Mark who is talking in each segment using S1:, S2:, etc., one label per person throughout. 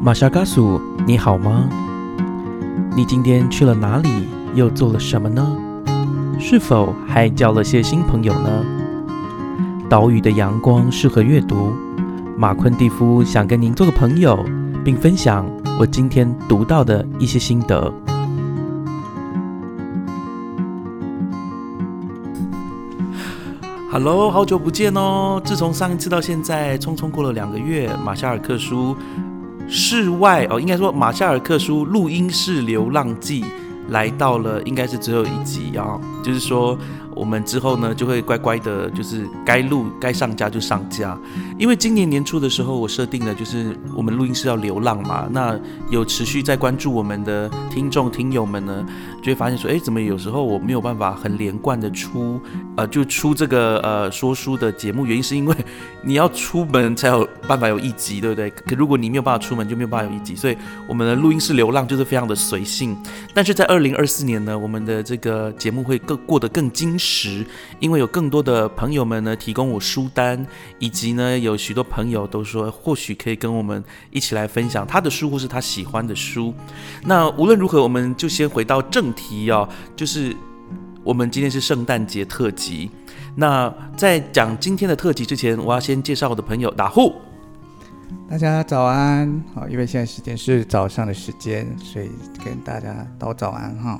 S1: 玛莎嘎苏，你好吗？你今天去了哪里？又做了什么呢？是否还交了些新朋友呢？岛屿的阳光适合阅读。马昆蒂夫想跟您做个朋友，并分享我今天读到的一些心得。Hello，好久不见哦！自从上一次到现在，匆匆过了两个月。马夏尔克书室外哦，应该说马夏尔克书录音室流浪记来到了，应该是最后一集啊、就是说，我们之后呢就会乖乖的，就是该录该上架就上架。因为今年年初的时候，我设定了就是我们录音室要流浪嘛。那有持续在关注我们的听众听友们呢，就会发现说，哎，怎么有时候我没有办法很连贯的出，呃，就出这个呃说书的节目，原因是因为你要出门才有办法有一集，对不对？可如果你没有办法出门，就没有办法有一集。所以我们的录音室流浪就是非常的随性。但是在二零二四年呢，我们的这个节目会更过得更精实，因为有更多的朋友们呢提供我书单，以及呢有许多朋友都说或许可以跟我们一起来分享他的书或是他喜欢的书。那无论如何，我们就先回到正题哦，就是我们今天是圣诞节特辑。那在讲今天的特辑之前，我要先介绍我的朋友打呼。
S2: 大家早安，好，因为现在时间是早上的时间，所以跟大家道早安哈。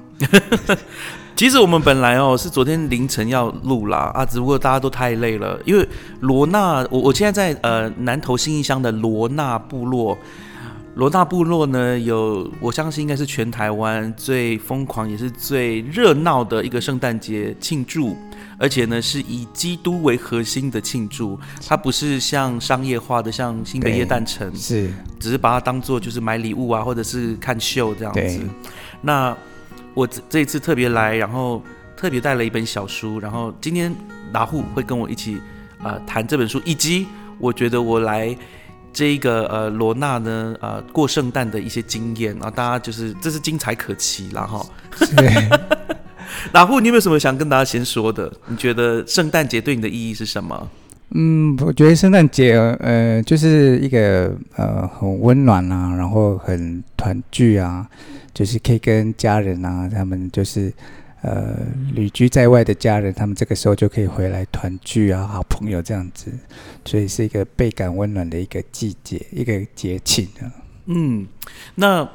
S1: 其实我们本来哦是昨天凌晨要录啦啊，只不过大家都太累了，因为罗纳，我我现在在呃南投新义乡的罗纳部落。罗纳部落呢，有我相信应该是全台湾最疯狂也是最热闹的一个圣诞节庆祝，而且呢是以基督为核心的庆祝，它不是像商业化的像新北
S2: 对
S1: 耶诞城，
S2: 是，
S1: 只是把它当做就是买礼物啊，或者是看秀这样子
S2: 对。
S1: 那我这这一次特别来，然后特别带了一本小书，然后今天拿户会跟我一起呃谈这本书，以及我觉得我来这一个呃罗纳呢呃过圣诞的一些经验啊，大家就是这是精彩可期啦哈。拿户，你有没有什么想跟大家先说的？你觉得圣诞节对你的意义是什么？
S2: 嗯，我觉得圣诞节呃就是一个呃很温暖啊，然后很团聚啊，就是可以跟家人啊，他们就是呃旅居在外的家人，他们这个时候就可以回来团聚啊，好朋友这样子，所以是一个倍感温暖的一个季节，一个节庆啊。
S1: 嗯，那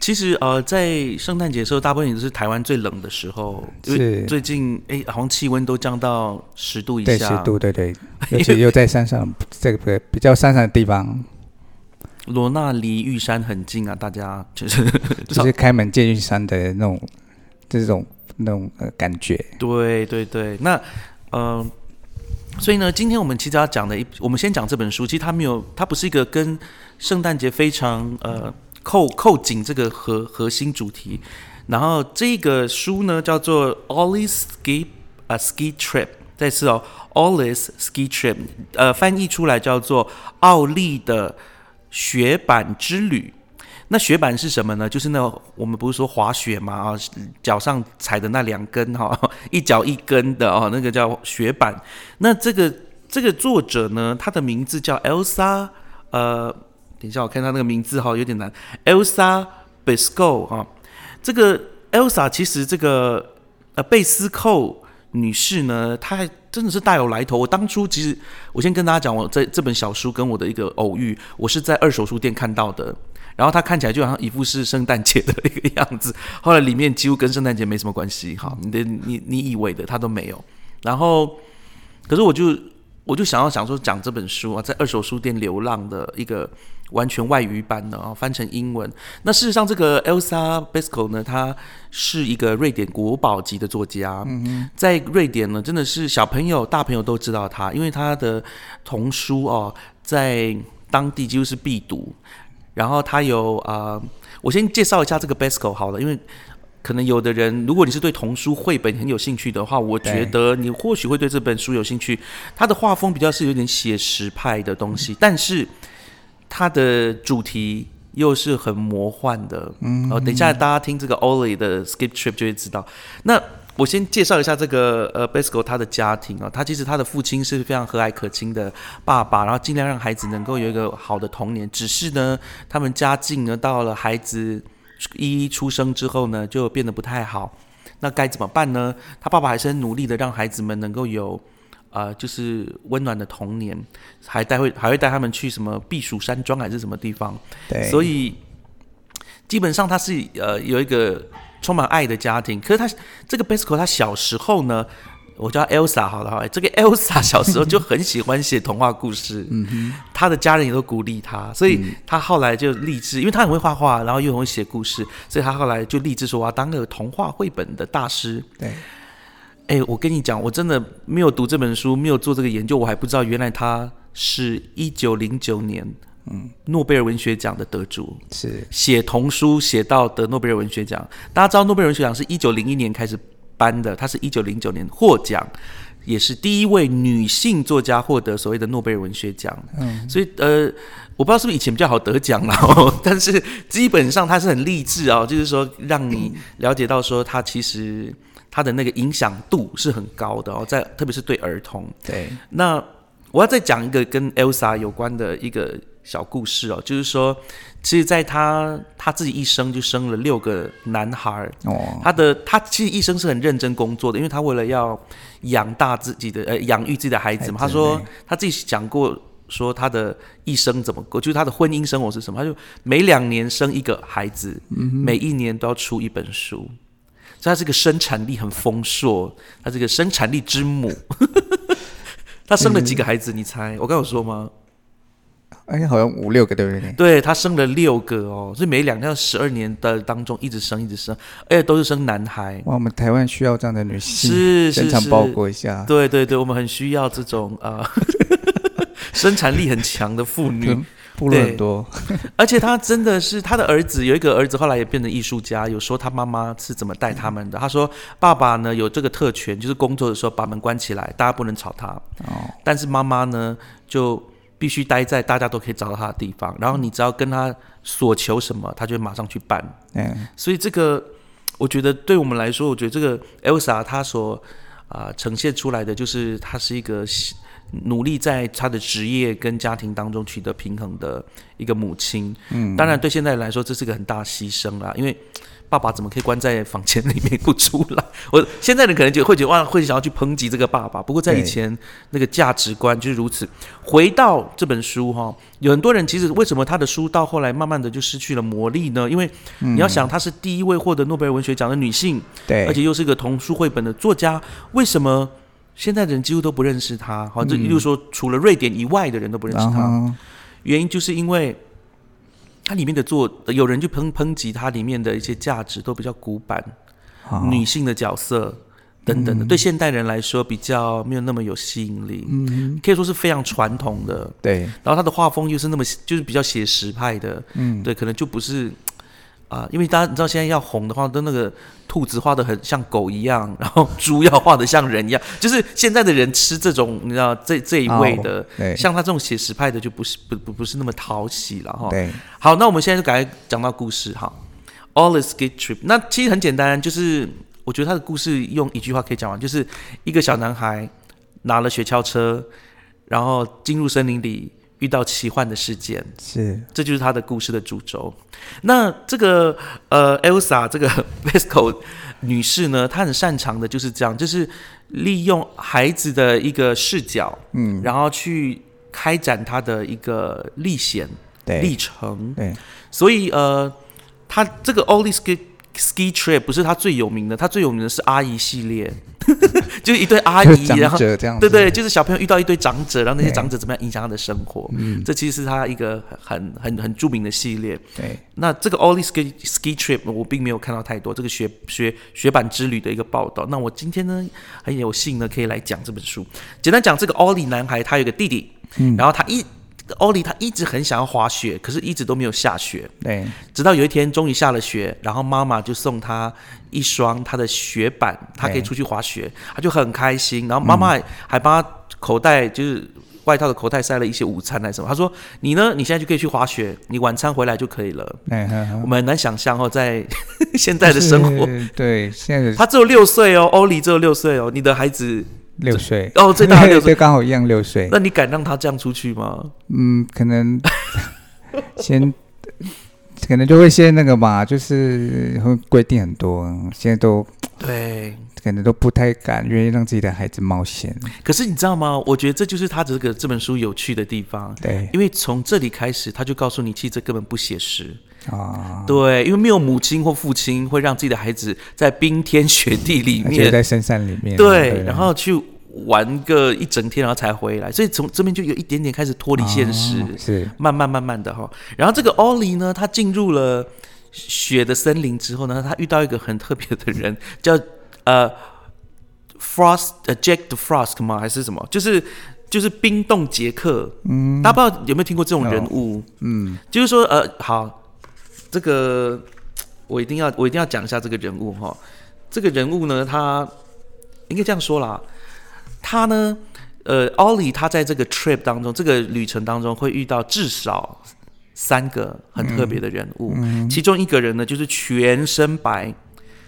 S1: 其实呃，在圣诞节的时候，大部分也是台湾最冷的时候，因为
S2: 是
S1: 最近哎，好像气温都降到十度以
S2: 对，
S1: 下。
S2: 十度，对对，尤其又在山上这个比较山上的地方，
S1: 罗纳离玉山很近啊，大家就是
S2: 就是开门见玉山的那种这种那种呃感觉。
S1: 对对对，那呃，所以呢，今天我们其实要讲的一，我们先讲这本书，其实它没有，它不是一个跟圣诞节非常呃扣扣紧这个核核心主题。然后这个书呢叫做 Ollie's Ski 啊、Ski Trip，再次哦，Ollie's Ski Trip，呃，翻译出来叫做奥利的雪板之旅。那雪板是什么呢？就是那种我们不是说滑雪嘛啊，脚上踩的那两根哈、 一脚一根的哦，那个叫雪板。那这个这个作者呢，他的名字叫 Elsa，呃，等一下我看他那个名字哈、有点难，Elsa Besco 哈、这个 Elsa 其实这个呃贝斯寇女士呢，她还真的是大有来头。我当初其实我先跟大家讲，我这这本小书跟我的一个偶遇，我是在二手书店看到的。然后它看起来就好像一副是圣诞节的一个样子，后来里面几乎跟圣诞节没什么关系。好，你的你你以为的它都没有。然后，可是我就我就想要想说讲这本书啊，在二手书店流浪的一个完全外语版的啊，翻成英文。那事实上，这个 Elsa Besco 呢，她是一个瑞典国宝级的作家，在瑞典呢，真的是小朋友、大朋友都知道她，因为她的童书哦，在当地几乎是必读。然后她有啊、呃我先介绍一下这个 Besco 好了，因为可能有的人，如果你是对童书绘本很有兴趣的话，我觉得你或许会对这本书有兴趣。它的画风比较是有点写实派的东西，但是它的主题又是很魔幻的。嗯，哦，等一下大家听这个 Ollie 的 Skip Trip 就会知道。那我先介绍一下这个呃 b a s c o 他的家庭啊、他其实他的父亲是非常和蔼可亲的爸爸，然后尽量让孩子能够有一个好的童年。只是呢，他们家境呢，到了孩子一一出生之后呢，就变得不太好。那该怎么办呢？他爸爸还是很努力的让孩子们能够有。呃，就是温暖的童年，还带会还会带他们去什么避暑山庄还是什么地方，
S2: 对，
S1: 所以基本上他是呃有一个充满爱的家庭。可是他这个 Basco 他小时候呢，我叫他 Elsa 好了哈，这个 Elsa 小时候就很喜欢写童话故事，嗯他的家人也都鼓励他，所以他后来就立志，因为他很会画画，然后又很会写故事，所以他后来就立志说我要当个童话绘本的大师。
S2: 对，
S1: 哎、我跟你讲，我真的没有读这本书，没有做这个研究，我还不知道原来他是一九零九年，嗯，诺贝尔文学奖的得主。
S2: 是
S1: 写童书写到得诺贝尔文学奖。大家知道诺贝尔文学奖是一九零一年开始颁的，它是一九零九年获奖，也是第一位女性作家获得所谓的诺贝尔文学奖。嗯，所以呃，我不知道是不是以前比较好得奖啦， 哦，但是基本上它是很励志啊、哦，就是说让你了解到说它其实它的那个影响度是很高的哦，在特别是对儿童。
S2: 对，
S1: 那我要再讲一个跟 Elsa 有关的一个小故事哦，就是说，其实，在她她自己一生就生了六个男孩儿，
S2: 哦，
S1: 她的她其实一生是很认真工作的，因为她为了要养大自己的呃养育自己的孩子嘛，她
S2: 孩子
S1: 说
S2: 对
S1: 她自己讲过。说她的一生怎么过，就是她的婚姻生活是什么？她就每两年生一个孩子，
S2: 嗯
S1: 每一年都要出一本书，所以她是个生产力很丰硕，她是个生产力之母。 她生了几
S2: 嗯
S1: 个孩子？你猜？我刚有说吗？
S2: 而且哎好像五六个对不对？
S1: 对她生了六个哦，所以每两年十二年的当中一直生一直生，而且都是生男孩。
S2: 哇，我们台湾需要这样的女性，
S1: 是
S2: 登
S1: 是
S2: 场
S1: 是，
S2: 包裹一下，
S1: 对对对，我们很需要这种呃 生产力很强的妇女，
S2: 对部落
S1: 对
S2: 很多，
S1: 而且她真的是她的儿子有一个儿子，后来也变成艺术家，有说他妈妈是怎么带他们的。
S2: 嗯
S1: 他说爸爸呢有这个特权，就是工作的时候把门关起来，大家不能吵他。
S2: 哦，
S1: 但是妈妈呢就必须待在大家都可以找到她的地方，然后你只要跟她所求什么，她就会马上去办。
S2: 嗯，
S1: 所以这个，我觉得对我们来说，我觉得这个 Elsa 她所啊、呃呈现出来的，就是她是一个喜努力在她的职业跟家庭当中取得平衡的一个母亲。嗯，当然对现在人来说，这是个很大的牺牲啦，因为。爸爸怎么可以关在房间里面不出来？ 我现在人可能就会觉得哇，会想要去抨击这个爸爸。不过在以
S2: 对
S1: 前那个价值观就是如此。回到这本书哈、有很多人其实为什么他的书到后来慢慢的就失去了魔力呢？因为你要想，她是第一位获得诺贝尔文学奖的女性，
S2: 嗯对，
S1: 而且又是个童书绘本的作家，为什么现在人几乎都不认识她？好，这例如说，除了瑞典以外的人都不认识
S2: 然
S1: 她，
S2: 后
S1: 原因就是因为它里面的作，呃有人就抨抨击它里面的一些价值都比较古板，
S2: 好
S1: 女性的角色。等等的，对现代人来说比较没有那么有吸引力，嗯、可以说是非常传统的。
S2: 对
S1: 然后他的画风又是那么就是比较写实派的，嗯，对，可能就不是啊、因为大家你知道现在要红的话，都那个兔子画的很像狗一样，然后猪要画的像人一样， 就是现在的人吃这种你知道这这一味的，
S2: 哦对
S1: 像他这种写实派的就不是不不不是那么讨喜了哈。
S2: 哦对，
S1: 好，那我们现在就赶快讲到故事哈。All is good trip。那其实很简单，就是我觉得他的故事用一句话可以讲完，就是一个小男孩拿了雪橇车，然后进入森林里，遇到奇幻的事件，
S2: 是
S1: 这就是他的故事的主轴。那这个呃，Elsa 这个 Vesco 女士呢，她很擅长的就是这样，就是利用孩子的一个视角，嗯，然后去开展她的一个历险历
S2: 对
S1: 程。
S2: 对
S1: 所以呃，他这个 Only Ski Ski Trip 不是他最有名的，他最有名的是阿姨系列， 就是一对阿
S2: 就
S1: 姨，
S2: 长
S1: 然后
S2: 者这样
S1: 对
S2: 子，
S1: 对，就是小朋友遇到一堆长者，然后那些
S2: 对嗯
S1: 长者怎么样影响他的生活，这其实是他一个很很很著名的系列。
S2: 对
S1: 那这个 Only Ski Ski Trip 我并没有看到太多这个学学学版之旅的一个报道。那我今天呢很有幸呢可以来讲这本书。简单讲，这个 Only 男孩他有个弟弟，
S2: 嗯
S1: 然后他一 Only 他一直很想要滑雪，可是一直都没有下雪。
S2: 对
S1: 直到有一天终于下了雪，然后妈妈就送他一双他的雪板，他可以出去滑雪，他就很开心。然后妈妈还还帮他口袋就是外套的口袋塞了一些午餐还是啊什么。他说你呢，你现在就可以去滑雪，你晚餐回来就可以了。
S2: 哎，
S1: 我
S2: 我
S1: 们很难想象哦，在现在的生活，
S2: 对，现在的
S1: 他只有六岁哦，欧里只有六岁哦，你的孩子
S2: 六岁，
S1: 哦最大的六岁，
S2: 对，刚好一样六岁。
S1: 那你敢让他这样出去吗？
S2: 嗯，可能先可能就会先那个吧，就是会规定很多，现在都
S1: 对，
S2: 可能都不太敢愿意让自己的孩子冒险。
S1: 可是你知道吗？我觉得这就是他这个这本书有趣的地方，
S2: 对
S1: 因为从这里开始，他就告诉你，其实这根本不写实。
S2: 啊，
S1: 对，因为没有母亲或父亲会让自己的孩子在冰天雪地里
S2: 而且
S1: 面，
S2: 在深山里面，
S1: 对，啊然后去玩个一整天，然后才回来。所以从这边就有一点点开始脱离现实，
S2: 哦是
S1: 慢慢慢慢的哈。然后这个奥利呢，他进入了雪的森林之后呢，他遇到一个很特别的人， 叫呃 Frost 呃 Jack the Frost 吗？还是什么？就是就是冰冻杰克。嗯，大家不知道有没有听过这种人物？嗯，就是说呃，好，这个我一定要我一定要讲一下这个人物哈。这个人物呢，他应该这样说啦，他呢。呃，Ollie 他在这个 trip 当中，这个旅程当中会遇到至少三个很特别的人物，
S2: 嗯
S1: 其中一个人呢就是全身白，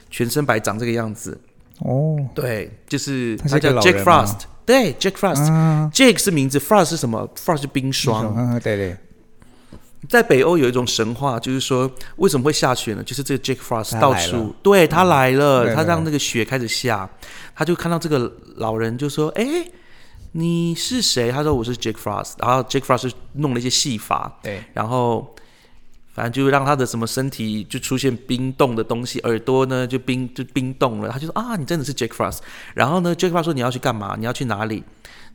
S1: 全身白长这个样子，
S2: 哦
S1: 对，就是
S2: 他是一
S1: 叫 Jack
S2: 个老人吗
S1: Frost，对，Jack
S2: 啊，
S1: Frost，Jack、是名字，Frost 是什么？Frost 是冰霜，
S2: 嗯，对对，
S1: 在北欧有一种神话，就是说为什么会下雪呢？就是这个 Jack Frost
S2: 他
S1: 到
S2: 来
S1: 处
S2: 了嗯
S1: 对他来了，
S2: 对
S1: 他
S2: 对
S1: 让那个雪开始下，他就看到这个老人就说：“哎、你是谁？”他说：“我是 Jack Frost。”然后 Jack Frost 就弄了一些戏法，
S2: 对，
S1: 然后反正就让他的什么身体就出现冰冻的东西，耳朵呢就冰就冰冻了。他就说啊，你真的是 Jack Frost。然后呢，Jack Frost 说你要去干嘛？你要去哪里？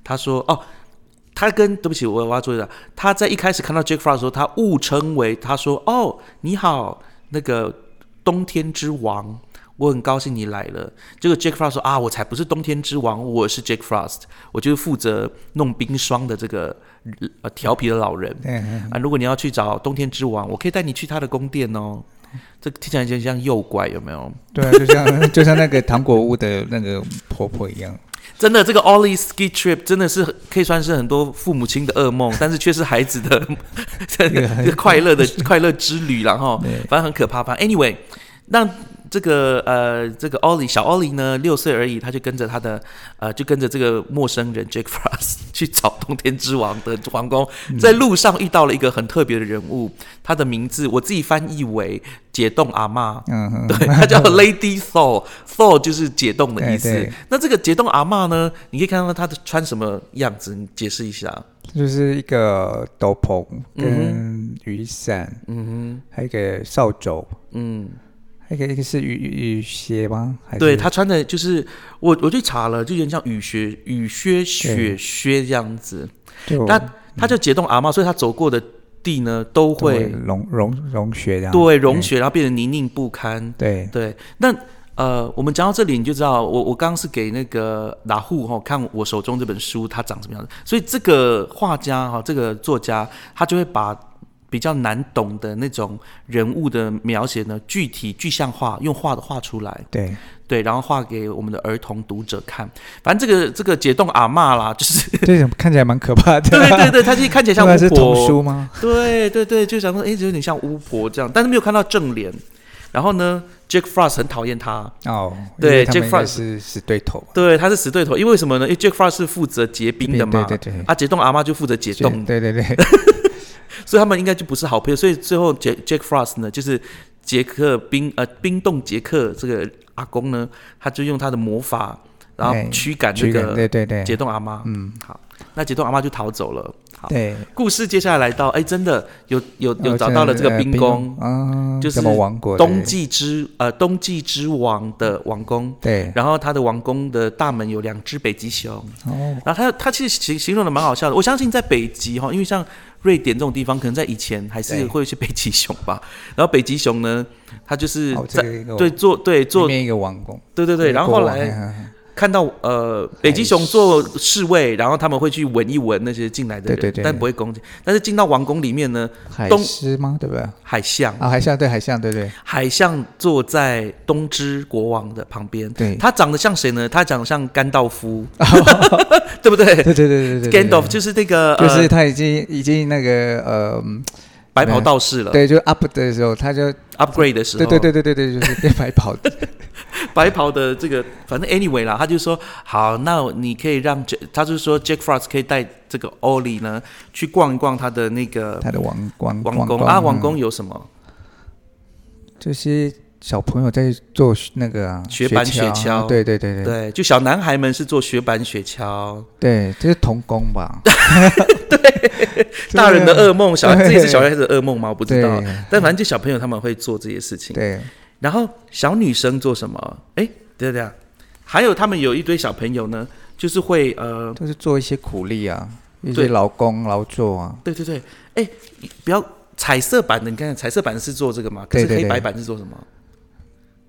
S1: 他说哦。他跟对不起，我我要做一下。他在一开始看到 Jack Frost 的时候，他误称为他说：“哦，你好，那个冬天之王，我很高兴你来了。”这个 Jack Frost 说：“啊，我才不是冬天之王，我是 Jack Frost，我就是负责弄冰霜的这个呃调皮的老人。”
S2: 嗯
S1: 啊，如果你要去找冬天之王，我可以带你去他的宫殿哦。这听起来就像诱拐，有没有？
S2: 对啊，就像就像那个糖果屋的那个婆婆一样，
S1: 真的，这个 Ollie Ski Trip 真的是很可以算是很多父母亲的噩梦，但是却是孩子的 快乐的快乐之旅然后反正很可怕。反正 anyway，那这个呃，这个 Ollie 小 Ollie 呢，六岁而已，他就跟着他的呃，就跟着这个陌生人 Jack Frost 去找冬天之王的皇宫，在路上遇到了一个很特别的人物，他的名字我自己翻译为解冻阿嬷。
S2: 嗯哼，
S1: 对， 它 叫 Lady Thor，Thor 就是解冻的意思。
S2: 哎对
S1: 那这个解冻阿嬷呢，你可以看到她的穿什么样子，你解释一下。
S2: 就是一个斗篷跟雨伞，
S1: 嗯
S2: 还有一个扫帚，
S1: 哼，嗯，
S2: 还有一个一个是雨雨雨鞋吗？还是
S1: 对，她穿的就是我我去查了，就有点像雨靴、雨靴、雪靴这样子。
S2: 就
S1: 那她就解冻阿嬷，所以她走过的地呢都
S2: 都会哎
S1: 会
S2: 融融融雪这样，
S1: 对融雪，然后变得泥泞不堪。
S2: 对
S1: 对，那呃，我们讲到这里，你就知道我我刚刚是给那个拉户哈看我手中这本书它长什么样子，所以这个画家哈、这个作家他就会把。比较难懂的那种人物的描写呢，具体具象化，用画的画出来，
S2: 对
S1: 对，然后画给我们的儿童读者看。反正这个这个解冻阿嬷啦，就是
S2: 这种看起来蛮可怕的，
S1: 对对 对对，他就看起来像
S2: 不
S1: 巫婆，
S2: 然是童书吗？
S1: 对对对，就想说，哎、有点像巫婆这样，但是没有看到正脸。然后呢，Jack Frost 很讨厌他，
S2: 哦，
S1: 对
S2: 因为他们
S1: Jack
S2: 应该
S1: Frost-
S2: 是死对头嘛，
S1: 对，他是死对头，因为什么呢？因为 Jack Frost 是负责结冰的嘛，
S2: 对对对对
S1: 啊，解冻阿妈就负责解冻，
S2: 对对对，
S1: 所以他们应该就不是好朋友。所以最后 Jack Jack Frost 呢，就是杰克冰呃冰冻杰克这个阿公呢，他就用他的魔法，然后
S2: 哎
S1: 驱赶这
S2: 驱赶
S1: 个
S2: 对对对
S1: 解冻阿妈。嗯，好，那解冻阿妈就逃走了。好，
S2: 对，
S1: 故事接下来到，哎，真的有有有
S2: 哦
S1: 找
S2: 真
S1: 到
S2: 的
S1: 了这个
S2: 呃
S1: 冰宫，
S2: 啊，
S1: 就是
S2: 什么王国
S1: 冬
S2: 季
S1: 季之呃冬季之王的王宫。
S2: 对
S1: 然后他的王宫的大门有两只北极熊，
S2: 哦
S1: 然后他他其实形形容的蛮好笑的。我相信在北极哈，因为像瑞典这种地方，可能在以前还是
S2: 对
S1: 会有一些北极熊吧。然后北极熊呢，它就是
S2: 哦这
S1: 在
S2: 个一个
S1: 对做对做
S2: 里面一个王宫，
S1: 对对对，然后后来
S2: 来
S1: 看到呃
S2: 哎
S1: 北极熊做侍卫，然后他们会去闻一闻那些进来的人，
S2: 对对对
S1: 但不会攻击。但是进到王宫里面呢，
S2: 海
S1: 东
S2: 狮吗？对不对？
S1: 海象，
S2: 啊，海象对海象，对对
S1: 海象坐在东芝国王的旁边，
S2: 对
S1: 他长得像谁呢？他长得像甘道 夫，对不 对
S2: 对对对对对对
S1: ？Gandalf 就是那个
S2: 就
S1: 呃
S2: 是他已经已经那个呃，嗯
S1: 白袍道士了
S2: 对，就 up 的时候，他就
S1: ，upgrade 的时候，
S2: 对对对对对对，就是变白 跑的，
S1: 白袍的这个，反正 anyway 啦，他就说好，那你可以让 Jack，他就说 Jack Frost 可以带这个 Ollie 呢去逛一逛他的那个
S2: 他的王王
S1: 王宫
S2: 宫
S1: 啊，王
S2: 嗯
S1: 宫有什么？
S2: 这些小朋友在做那个啊
S1: 雪板雪
S2: 橇啊，
S1: 橇
S2: 对对对对
S1: 对，就小男孩们是做雪板雪橇，
S2: 对，这是童工 吧？对
S1: 大人的噩梦，小孩
S2: 对
S1: 这也是小孩子的噩梦吗？我不知道
S2: 对，
S1: 但反正就小朋友他们会做这些事情。
S2: 对，
S1: 然后小女生做什么？哎，对对啊，还有他们有一堆小朋友呢，就是会呃，
S2: 都是做一些苦力啊，一
S1: 对
S2: 些劳工劳作啊，
S1: 对对对，哎，不要彩色版的，你看彩色版是做这个嘛，可
S2: 对
S1: 是
S2: 对
S1: 黑
S2: 对
S1: 白版是做什么？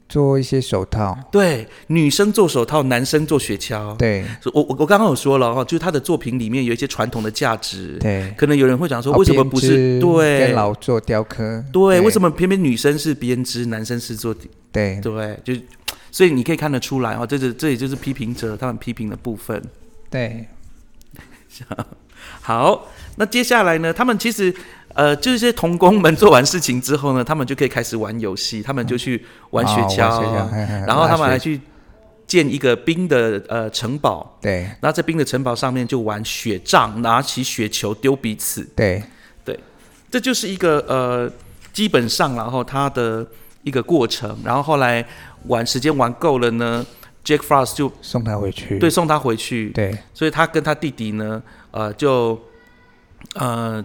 S2: 做一些手套，
S1: 对，女生做手套，男生做雪橇。
S2: 对
S1: 所以我我我刚刚有说了哈、哦，就是他的作品里面有一些传统的价值，
S2: 对。
S1: 可能有人会讲说，
S2: 哦
S1: 为什么
S2: 编
S1: 不
S2: 织
S1: 是对
S2: 跟劳作雕刻？
S1: 对，为什
S2: 么？
S1: 么偏偏女生是编织，男生是做
S2: 对
S1: 对，就所以你可以看得出来哈、哦，这是这也就是批评者他们批评的部分。
S2: 对
S1: 好，那接下来呢，他们其实呃，就是这些童工们做完事情之后呢，他们就可以开始玩游戏，他们就去玩雪橇，
S2: 哦玩雪橇嘿嘿嘿
S1: 然后他们
S2: 拉
S1: 还
S2: 雪
S1: 去建一个冰的呃城堡，
S2: 对
S1: 然后在冰的城堡上面就玩雪仗，拿起雪球丢彼此，
S2: 对
S1: 这就是一个呃基本上然后它的一个过程，然后后来玩时间玩够了呢。Jack Frost 就
S2: 送他回去。
S1: 对送他回去，
S2: 对
S1: 所以他跟他弟弟呢，呃，就呃，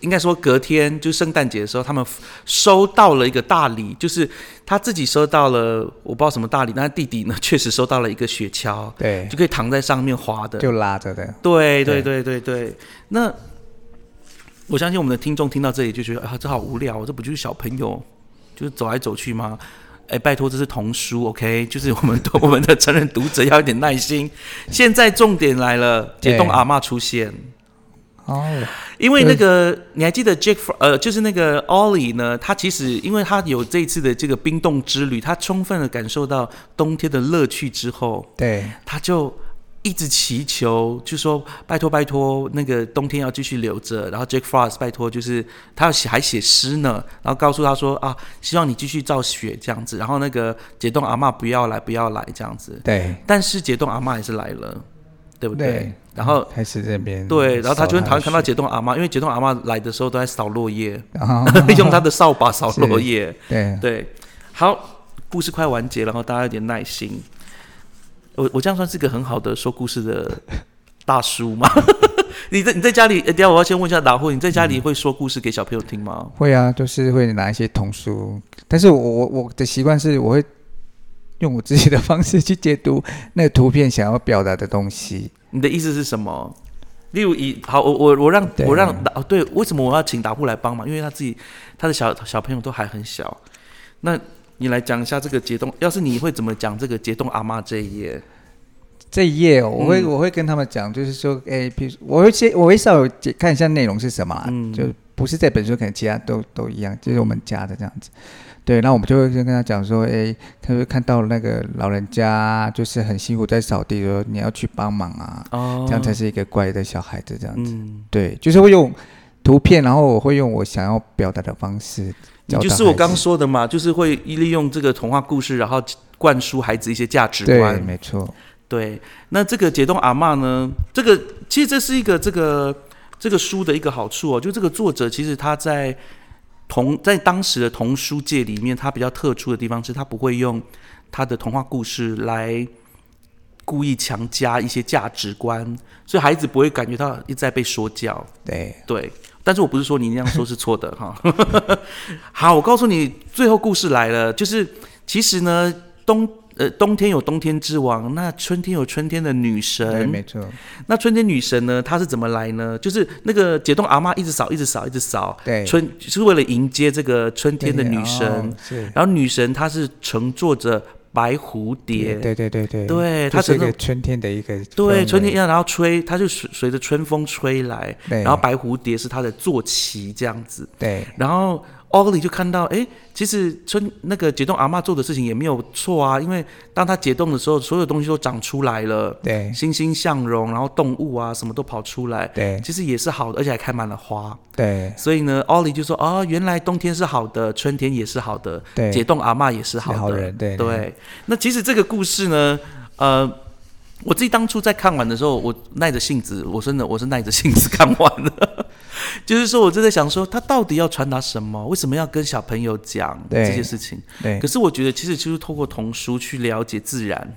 S1: 应该说隔天就圣诞节的时候，他们收到了一个大礼，就是他自己收到了我不知道什么大礼，但他弟弟呢确实收到了一个雪橇，
S2: 对
S1: 就可以躺在上面滑的。
S2: 就拉着的。
S1: 对对
S2: 对
S1: 对对对，那我相信我们的听众听到这里就觉得啊，这好无聊哦，这不就是小朋友就是走来走去吗？哎，拜托，这是童书，OK？就是 我们我们的成人读者要有点耐心。现在重点来了，解冻
S2: 对
S1: 阿嬷出现，
S2: 哦，
S1: 因为那个你还记得 Jack Fro- 呃，就是那个 Ollie 呢？他其实因为他有这一次的这个冰冻之旅，他充分的感受到冬天的乐趣之后，
S2: 对
S1: 他就一直祈求，就说拜托拜托，那个冬天要继续留着。然后 Jack Frost 拜托，就是他要写还写诗呢，然后告诉他说啊，希望你继续造雪这样子。然后那个解冻阿嬷不要来，不要来这样子。
S2: 对
S1: 但是解冻阿嬷还是来了，对不对？
S2: 对
S1: 然后。
S2: 开始这边
S1: 对，然后他就很讨厌看到
S2: 扫
S1: 解冻阿嬷，因为解冻阿嬷来的时候都在扫落叶，
S2: 他的血
S1: 用她的扫把扫落叶。
S2: 哦对
S1: 对，好，故事快完结了，然后大家有点耐心。我我这样算是个很好的说故事的大叔吗？ 你在你在家里，呃等一下我要先问一下达慧，你在家
S2: 嗯
S1: 里会说故事给小朋友听吗？
S2: 会啊，就是会拿一些童书，但是我我我的习惯是我会用我自己的方式去解读那个图片想要表达的东西。
S1: 你的意思是什么？例如以好，我我我让
S2: 对
S1: 我让达哦对，为什么我要请达户来帮忙？因为他自己他的小小朋友都还很小。那你来讲一下这个解冻，要是你会怎么讲这个解冻阿妈这一页？
S2: 这一页哦我会、
S1: 嗯
S2: 我会跟他们讲，就是说，哎，比如我会先我会稍微解看一下内容是什么啊、
S1: 嗯
S2: 就不是这本书，可能其他都都一样，就是我们家的这样子。对，那我们就会先跟他讲说，哎，他就看到那个老人家就是很辛苦在扫地，说你要去帮忙啊，
S1: 哦，
S2: 这样才是一个乖的小孩子这样子。
S1: 嗯，
S2: 对，就是会用图片，然后我会用我想要表达的方式
S1: 你
S2: 教导孩子。
S1: 就是我刚说的嘛，就是会利用这个童话故事，然后灌输孩子一些价值
S2: 对，
S1: 观。
S2: 没错，
S1: 对，那这个解冻阿嬷呢，这个其实这是一个这个这个书的一个好处哦，就这个作者其实他在童在当时的童书界里面，他比较特殊的地方是他不会用他的童话故事来。故意强加一些价值观，所以孩子不会感觉到一直在被说教。
S2: 对
S1: 对，但是我不是说你那样说是错的哈。 好，我告诉你，最后故事来了，就是其实呢，冬呃冬天有冬天之王，那春天有春天的女
S2: 对，
S1: 神。
S2: 没错，
S1: 那春天女神呢，她是怎么来呢？就是那个解冻阿妈一直扫，一直扫，一直扫，
S2: 对，
S1: 春就是为了迎接这个春天的女神。
S2: 哦是
S1: 然后女神她是乘坐着白蝴蝶，
S2: 对对对对，
S1: 对
S2: 它
S1: 它
S2: 是一
S1: 整
S2: 个
S1: 个
S2: 春天的一个氛
S1: 对
S2: 围
S1: 春天一样，然后吹，它就随随着春风吹来，
S2: 对
S1: 然后白蝴蝶是它的坐骑这样子，
S2: 对
S1: 然后 Ollie 就看到，哎，其实春那个解冻阿嬷做的事情也没有错啊，因为当它解冻的时候，所有东西都长出来了，
S2: 对
S1: 欣欣向荣，然后动物啊什么都跑出来，
S2: 对
S1: 其实也是好的，而且还开满了花。
S2: 对
S1: 所以呢，Ollie 就说，哦，原来冻天是好的，春天也是好的，
S2: 对，
S1: 解冻阿嬷也是
S2: 是
S1: 好的。
S2: 好人，对
S1: 对，那其实这个故事呢，呃，我自己当初在看完的时候，我耐着性子，我真的我是耐着性子看完的。 就是说，我就在想说，他到底要传达什么？为什么要跟小朋友讲
S2: 对
S1: 这些事情？
S2: 对
S1: 可是我觉得，其实就是透过童书去了解自然，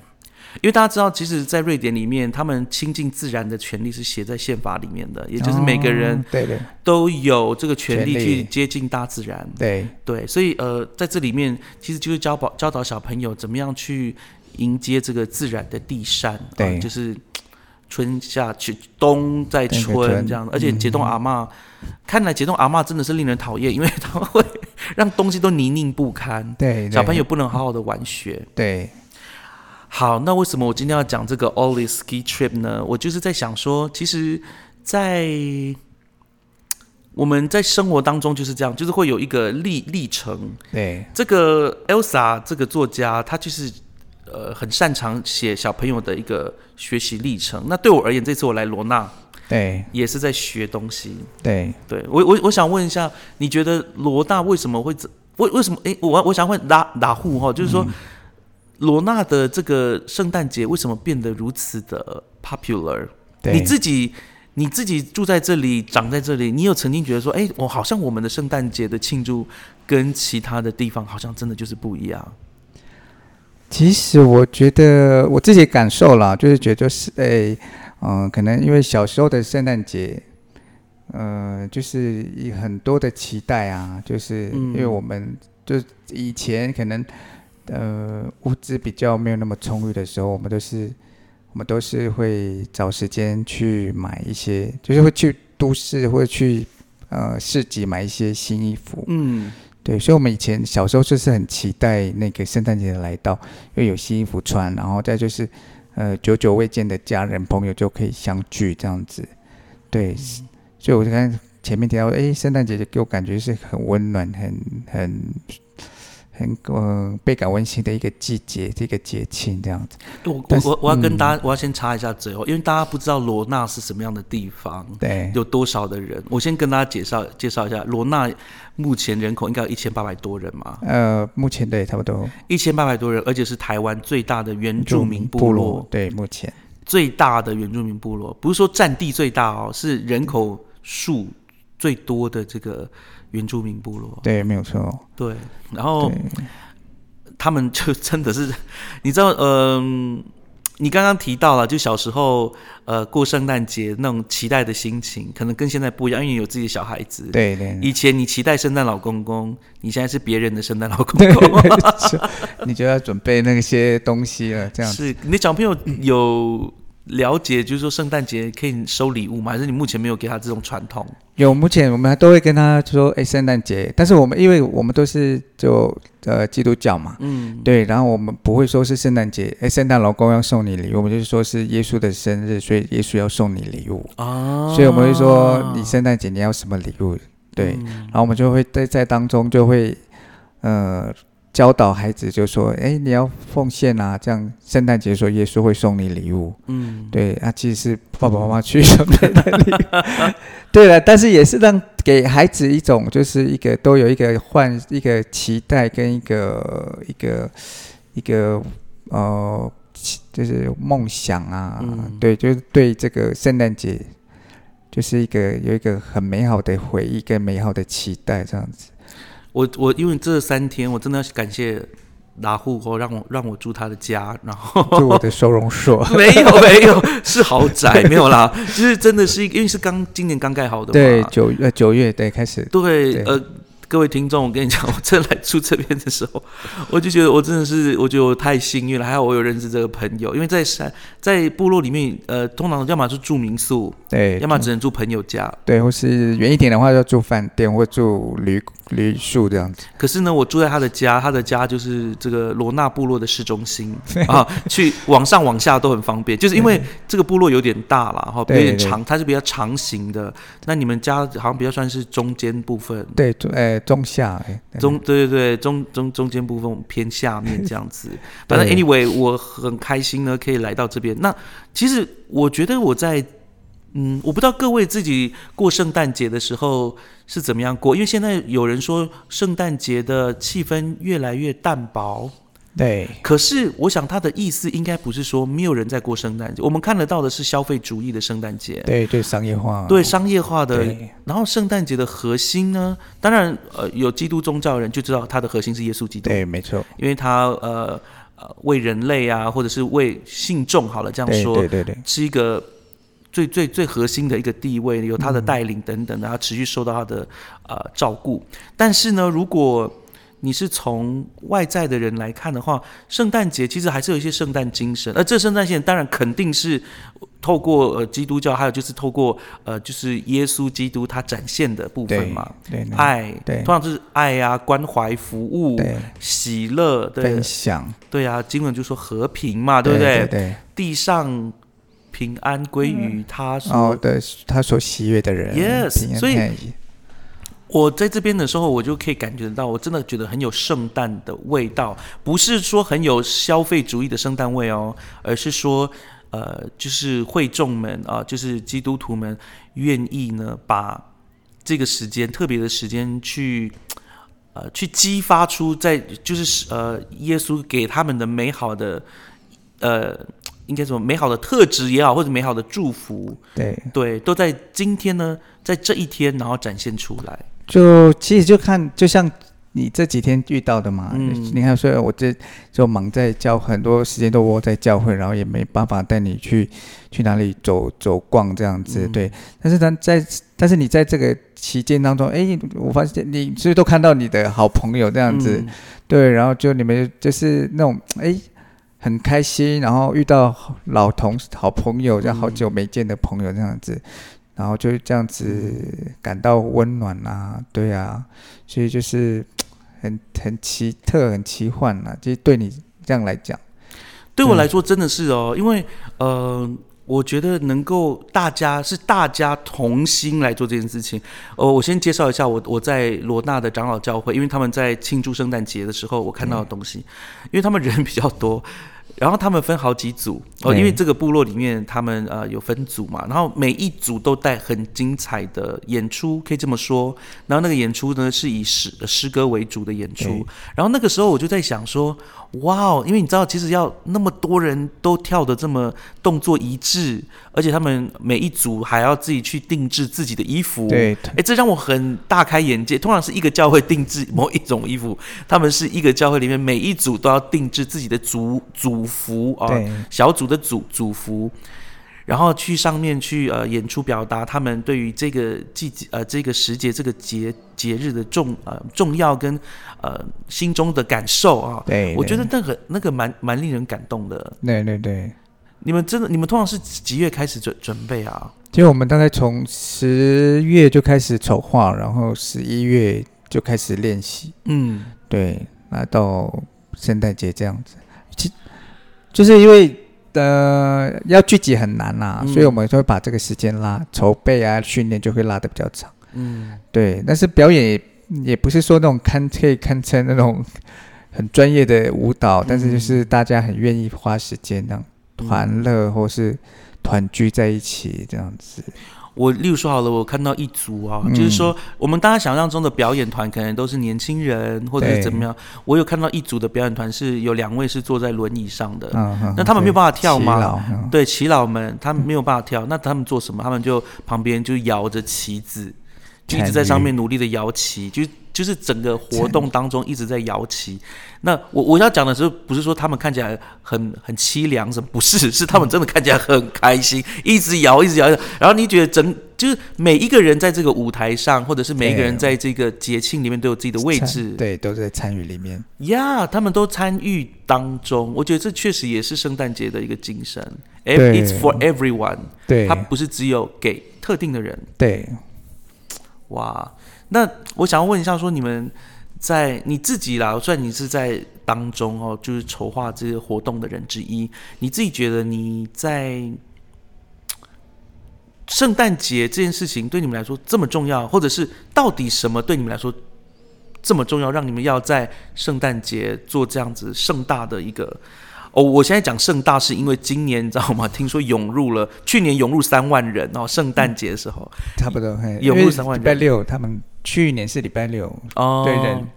S1: 因为大家知道，其实，在瑞典里面，他们亲近自然的权利是写在宪法里面的，也就是每个人
S2: 哦对对
S1: 都有这个权利
S2: 权利
S1: 去接近大自然。
S2: 对
S1: 对，所以呃，在这里面其实就是教导教导小朋友怎么样去迎接这个自然的地善，
S2: 对
S1: 呃就是嘖春夏去冬再
S2: 那个
S1: 春
S2: 春嗯
S1: 这样，而且解冻阿嬷，看来解冻阿嬷真的是令人讨厌，因为她会 让东西都泥泞不堪，
S2: 对，
S1: 小朋友不能好好的玩雪。
S2: 对
S1: 好，那为什么我今天要讲这个 Ollie Ski Trip 呢？我就是在想说，其实在，我们在生活当中就是这样，就是会有一个历历程。
S2: 对
S1: 这个 Elsa 这个作家，他就是呃很擅长写小朋友的一个学习历程。那对我而言，这次我来罗纳
S2: 对
S1: 也是在学东西。
S2: 对
S1: 对我我我想问一下，你觉得罗纳为什么会这为为什么？诶，我我想问拉拉户哈，就是说、罗纳的这个圣诞节为什么变得如此的 popular？
S2: 对，
S1: 你自己。你自己住在这里，长在这里，你有曾经觉得说，哎、我好像我们的圣诞节的庆祝跟其他的地方好像真的就是不一样。
S2: 其实我觉得我自己感受啦，就是觉得是诶，嗯、可能因为小时候的圣诞节，呃，就是以很多的期待啊，就是
S1: 嗯
S2: 因为我们就是以前可能呃物资比较没有那么充裕的时候，我们都是我们都是会找时间去买一些，就是会去都市或者去呃市集买一些新衣服，
S1: 嗯，
S2: 对，所以我们以前小时候就是很期待那个圣诞节的来到，因为有新衣服穿，然后再就是，呃，久久未见的家人朋友就可以相聚这样子。对，
S1: 嗯
S2: 所以我就看前面提到，诶，圣诞节就给我感觉是很温暖、很很很呃倍感温馨的一个季节，这个节庆这样子。
S1: 我我
S2: 但是嗯
S1: 我我要跟大家，我要先插一下嘴哦，因为大家不知道罗纳是什么样的地方，
S2: 对，
S1: 有多少的人。我先跟大家介绍介绍一下，罗纳目前人口应该有一千八百多人嘛，
S2: 呃，目前对差不多
S1: 一千八百多人，而且是台湾最大的原住民部
S2: 部
S1: 落，
S2: 落对，目前
S1: 最大的原住民部落，不是说占地最大哦，是人口数最多的这个原住民部落。
S2: 对没有错，
S1: 对，然后
S2: 对
S1: 他们就真的是，你知道，嗯、你刚刚提到了，就小时候，呃，过圣诞节那种期待的心情，可能跟现在不一样，因为你有自己的小孩子。，
S2: 对对。
S1: 以前你期待圣诞老公公，你现在是别人的圣诞老公
S2: 对
S1: 公。
S2: 对，是你就要准备那些东西了，这样子。
S1: 是你的小朋友有了解，就是说圣诞节可以收礼物吗？还是你目前没有给他这种传统？
S2: 有，目前我们都会跟他说，哎，圣诞节，但是我们因为我们都是就呃基督教嘛，
S1: 嗯，
S2: 对，然后我们不会说是圣诞节，哎，圣诞老公要送你礼物，我们就是说是耶稣的生日，所以耶稣要送你礼物，
S1: 哦，
S2: 所以我们会说你圣诞节你要什么礼物，对，
S1: 啊嗯
S2: 然后我们就会在在当中就会呃教导孩子，就说，哎，你要奉献啊，这样圣诞节的时候耶稣会送你礼物，
S1: 嗯，
S2: 对，啊，其实是爸爸妈妈去准备的礼物 对了，但是也是让给孩子一种，就是一个都有一个换一个期待跟一个一个一个呃，期就是梦想啊，
S1: 嗯
S2: 对，就是对这个圣诞节，就是一个有一个很美好的回忆跟美好的期待这样子。
S1: 我我因为这三天我真的要感谢拉户哦，让我让我住他的家，然
S2: 就我
S1: 后
S2: 的收容所，
S1: 没有没有是豪宅没有啦，就是真的是因为是刚今年刚盖好的嘛，
S2: 对，九月呃九月对开始，
S1: 对
S2: 对
S1: 呃。各位听众，我跟你讲，我真的来住这边的时候， 我就觉得我真的是，我觉得我太幸运了，还好我有认识这个朋友，因为在山在部落里面，呃，通常要么就住民宿，
S2: 对，
S1: 要么只能住朋友家。
S2: 对，或是远一点的话，就住饭店或住旅旅宿这样子。
S1: 可是呢，我住在他的家，他的家就是这个罗纳部落的市中心啊，去往上往下都很方便。就是因为这个部落有点大啦，哈，有
S2: 对
S1: 点
S2: 对
S1: 长，它是比较长型的。那你们家好像比较算是中间部分，
S2: 对，中呃中下哎，
S1: 中对对对中中中间部分偏下面这样 子。反正
S2: 对
S1: anyway，我很开心呢，可以来到这边。那其实我觉得我在。嗯，我不知道各位自己过圣诞节的时候是怎么样过，因为现在有人说圣诞节的气氛越来越淡薄，
S2: 对
S1: 可是我想他的意思应该不是说没有人在过圣诞节，我们看得到的是消费主义的圣诞节，
S2: 对对，商业化
S1: 对商业化的
S2: 对
S1: 然后圣诞节的核心呢，当然呃有基督宗教的人就知道它的核心是耶稣基督，
S2: 对，没错，
S1: 因为他呃呃为人类啊，或者是为信众好了这样
S2: 对
S1: 说，
S2: 对对对
S1: 是一个最最最核心的一个地位，有他
S2: 嗯
S1: 的带领等等的，他持续受到他的呃照顾。但是呢，如果你是从外在的人来看的话，圣诞节其实还是有一些圣诞精神，而这圣诞精神当然肯定是透过呃基督教，还有就是透过呃就是耶稣基督他展现的部分
S2: 对
S1: 嘛，
S2: 对对
S1: 爱，
S2: 对
S1: 通常就是爱啊，关怀、服务、
S2: 对
S1: 喜乐，对
S2: 分享，
S1: 对啊，经文就说和平嘛，对不对？
S2: 对对，
S1: 地上平安归于他所。
S2: 哦，对，他所喜悦的人
S1: Yes，
S2: 平安
S1: 所以
S2: 哎
S1: 我在这边的时候，我就可以感觉得到，我真的觉得很有圣诞的味道，不是说很有消费主义的圣诞味哦，而是说。呃，就是会众们啊、就是基督徒们愿意呢，把这个时间特别的时间去，呃，去激发出在就是呃耶稣给他们的美好的，呃，应该怎么美好的特质也好，或者美好的祝福，
S2: 对，
S1: 对，都在今天呢，在这一天，然后展现出来。
S2: 就其实就看，就像你这几天遇到的嘛，
S1: 嗯
S2: 你看，虽然我这就忙在教，很多时间都窝在教会，然后也没办法带你去去哪里走走逛这样子，
S1: 嗯
S2: 对。但是咱在，但是你在这个期间当中，哎，我发现你所以都看到你的好朋友这
S1: 这
S2: 样子，对，然后就你们就是那种哎。很开心，然后遇到老同好朋友，这样好
S1: 嗯
S2: 久没见的朋友这样子，然后就这样子感到温暖啊，对啊，所以就是很很奇特、很奇幻啊。其实对你这样来讲，
S1: 对我
S2: 对
S1: 来说真的是
S2: 嗯
S1: 哦，因为呃，我觉得能够大家是大家同心来做这件事情。呃，我先介绍一下我我在罗纳的长老教会，因为他们在庆祝圣诞节的时候，我看到的东西，
S2: 嗯
S1: 因为他们人比较多。然后他们分好几组哦，
S2: 对
S1: 因为这个部落里面他们呃有分组嘛，然后每一组都带很精彩的演出，可以这么说。然后那个演出呢是以诗呃诗歌为主的演出
S2: 对，
S1: 然后那个时候我就在想说，哇哦，因为你知道，其实要那么多人都跳的这么动作一致，而且他们每一组还要自己去定制自己的衣服，
S2: 对
S1: 哎，这让我很大开眼界。通常是一个教会定制某一种衣服，他们是一个教会里面每一组都要定制自己的组组服啊，
S2: 对
S1: 小组的组组服，然后去上面去呃演出表达他们对于这个季节呃这个时节这个节节日的重呃重要跟呃心中的感受啊。
S2: 对
S1: 我觉得那个那个蛮蛮令人感动的。
S2: 对对对。
S1: 你们真的你们通常是几月开始准准备啊？
S2: 其实我们大概从十月就开始筹划，然后十一月就开始练习，
S1: 嗯，
S2: 对，那到圣诞节这样子，其就是因为呃要聚集很难啦、
S1: 嗯
S2: 所以我们就会把这个时间拉筹备啊、训练就会拉的比较长。
S1: 嗯，
S2: 对，但是表演也也不是说那种堪可以堪称那种很专业的舞蹈，
S1: 嗯
S2: 但是就是大家很愿意花时间这样团乐或是团聚在一起这样子。
S1: 我例如说好了，我看到一组啊，
S2: 嗯
S1: 就是说我们大家想象中的表演团可能都是年轻人或者是
S2: 对
S1: 怎么样。我有看到一组的表演团是有两位是坐在轮椅上的，
S2: 嗯哼
S1: 呃那他们没有办法跳吗？
S2: 对祈祷嗯
S1: 对耆老们他们没有办法跳，那他们做什么？他们就旁边就摇着旗子，就一直在上面努力的摇旗，就就是整个活动当中一直在摇旗。那我我要讲的是，不是说他们看起来很很凄凉什么，不是，是他们真的看起来很开心，一直摇，一直摇，一直摇然后你觉得整就是每一个人在这个舞台上，或者是每一个人
S2: 对
S1: 在这个节庆里面都有自己的位
S2: 参
S1: 置，
S2: 对，都在参与里面。
S1: 呀他们都参与当中，我觉得这确实也是圣诞节的一个精神。哎
S2: 对
S1: ，It's for everyone，
S2: 对
S1: 它，不是只有给特定的人。
S2: 对，
S1: 哇，那我想要问一下，说你们在你自己啦，虽然你是在当中哦，就是筹划这个活动的人之一，你自己觉得你在圣诞节这件事情对你们来说这么重要，或者是到底什么对你们来说这么重要，让你们要在圣诞节做这样子盛大的一个？哦，我现在讲盛大是因为今年你知道吗？听说涌入了，去年涌入三万人哦，圣诞节的时候、
S2: 差不多。嘿
S1: 有
S2: 因为
S1: 23万
S2: 礼拜
S1: 人
S2: 六，他们去年是礼拜六，
S1: 哦，
S2: 对人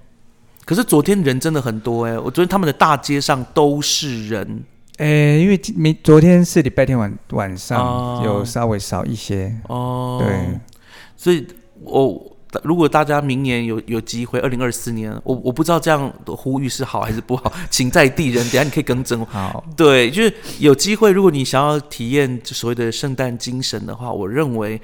S1: 可是昨天人真的很多哎、我昨天他们的大街上都是人
S2: 诶，因为今明昨天是礼拜天晚晚
S1: 哦
S2: 上，有稍微少一些。
S1: 哦。
S2: 对，
S1: 所以我如果大家明年有有机会，二零二四年，我我不知道这样的呼吁是好还是不好，请在地人，等 一下你可以更正。
S2: 好，
S1: 对，就是有机会，如果你想要体验就所谓的圣诞精神的话，我认为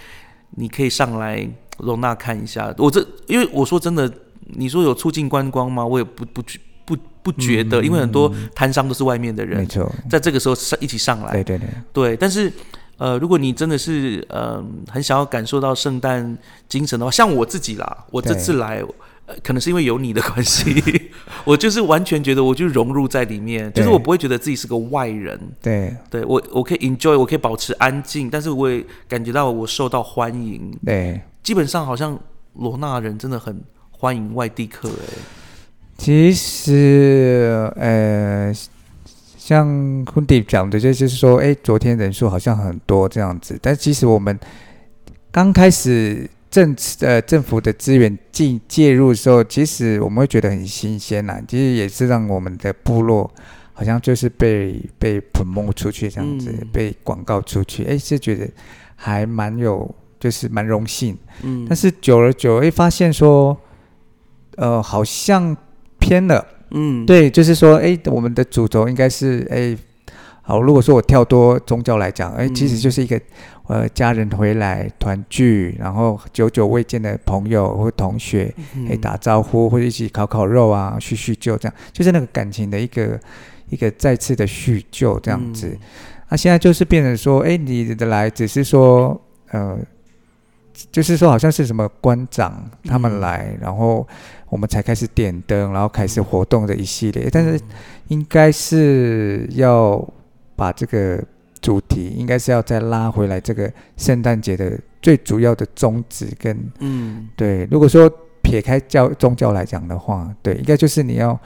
S1: 你可以上来容纳看一下。我这因为我说真的，你说有促进观光吗？我也不不不不觉得，因为很多摊商都是外面的人
S2: 嗯没，错，
S1: 在这个时候上一起上来。
S2: 对对对，
S1: 对，但是呃，如果你真的是呃很想要感受到圣诞精神的话，像我自己啦，我这
S2: 对
S1: 次来。呃，可能是因为有你的关系， 我就是完全觉得我就融入在里面，就是
S2: 对
S1: 我不会觉得自己是个外人，
S2: 对
S1: 对我我可以 enjoy，我可以保持安静，但是我也感觉到我受到欢迎。
S2: 对。
S1: 基本上好像罗纳人真的很欢迎外地客、欸，
S2: 其实，呃，像 h u n d i 讲的，就是说，哎，昨天人数好像很多这样子，但其实我们刚开始政呃政府的资源进介入的时候，其实我们会觉得很新鲜啦，其实也是让我们的部落好像就是被被 promote 出去这样子，
S1: 嗯
S2: 被广告出去，哎，是觉得还蛮有，就是蛮荣幸。
S1: 嗯，
S2: 但是久而久而会发现说，呃，好像偏了。
S1: 嗯，
S2: 对，就是说，哎，我们的主轴应该是，哎，好，如果说我跳多宗教来讲，哎，
S1: 嗯
S2: 其实就是一个，呃，家人回来团聚，然后久久未见的朋友或同学，
S1: 嗯，
S2: 哎，打招呼或者一起烤烤肉啊，叙叙旧，这样，就是那个感情的一个一个再次的叙旧这样
S1: 嗯
S2: 子。那、现在就是变成说，哎，你的来只是说，呃，就是说好像是什么官长他们
S1: 嗯
S2: 来，然后我们才开始点灯，然后开始活动的一系列。但
S1: 嗯，
S2: 是应该是要把这个主题，应该是要再拉回来这个圣诞节的最主要的宗旨跟
S1: 嗯，
S2: 对。如果说撇开教宗教来讲的话，对，应该就是你要，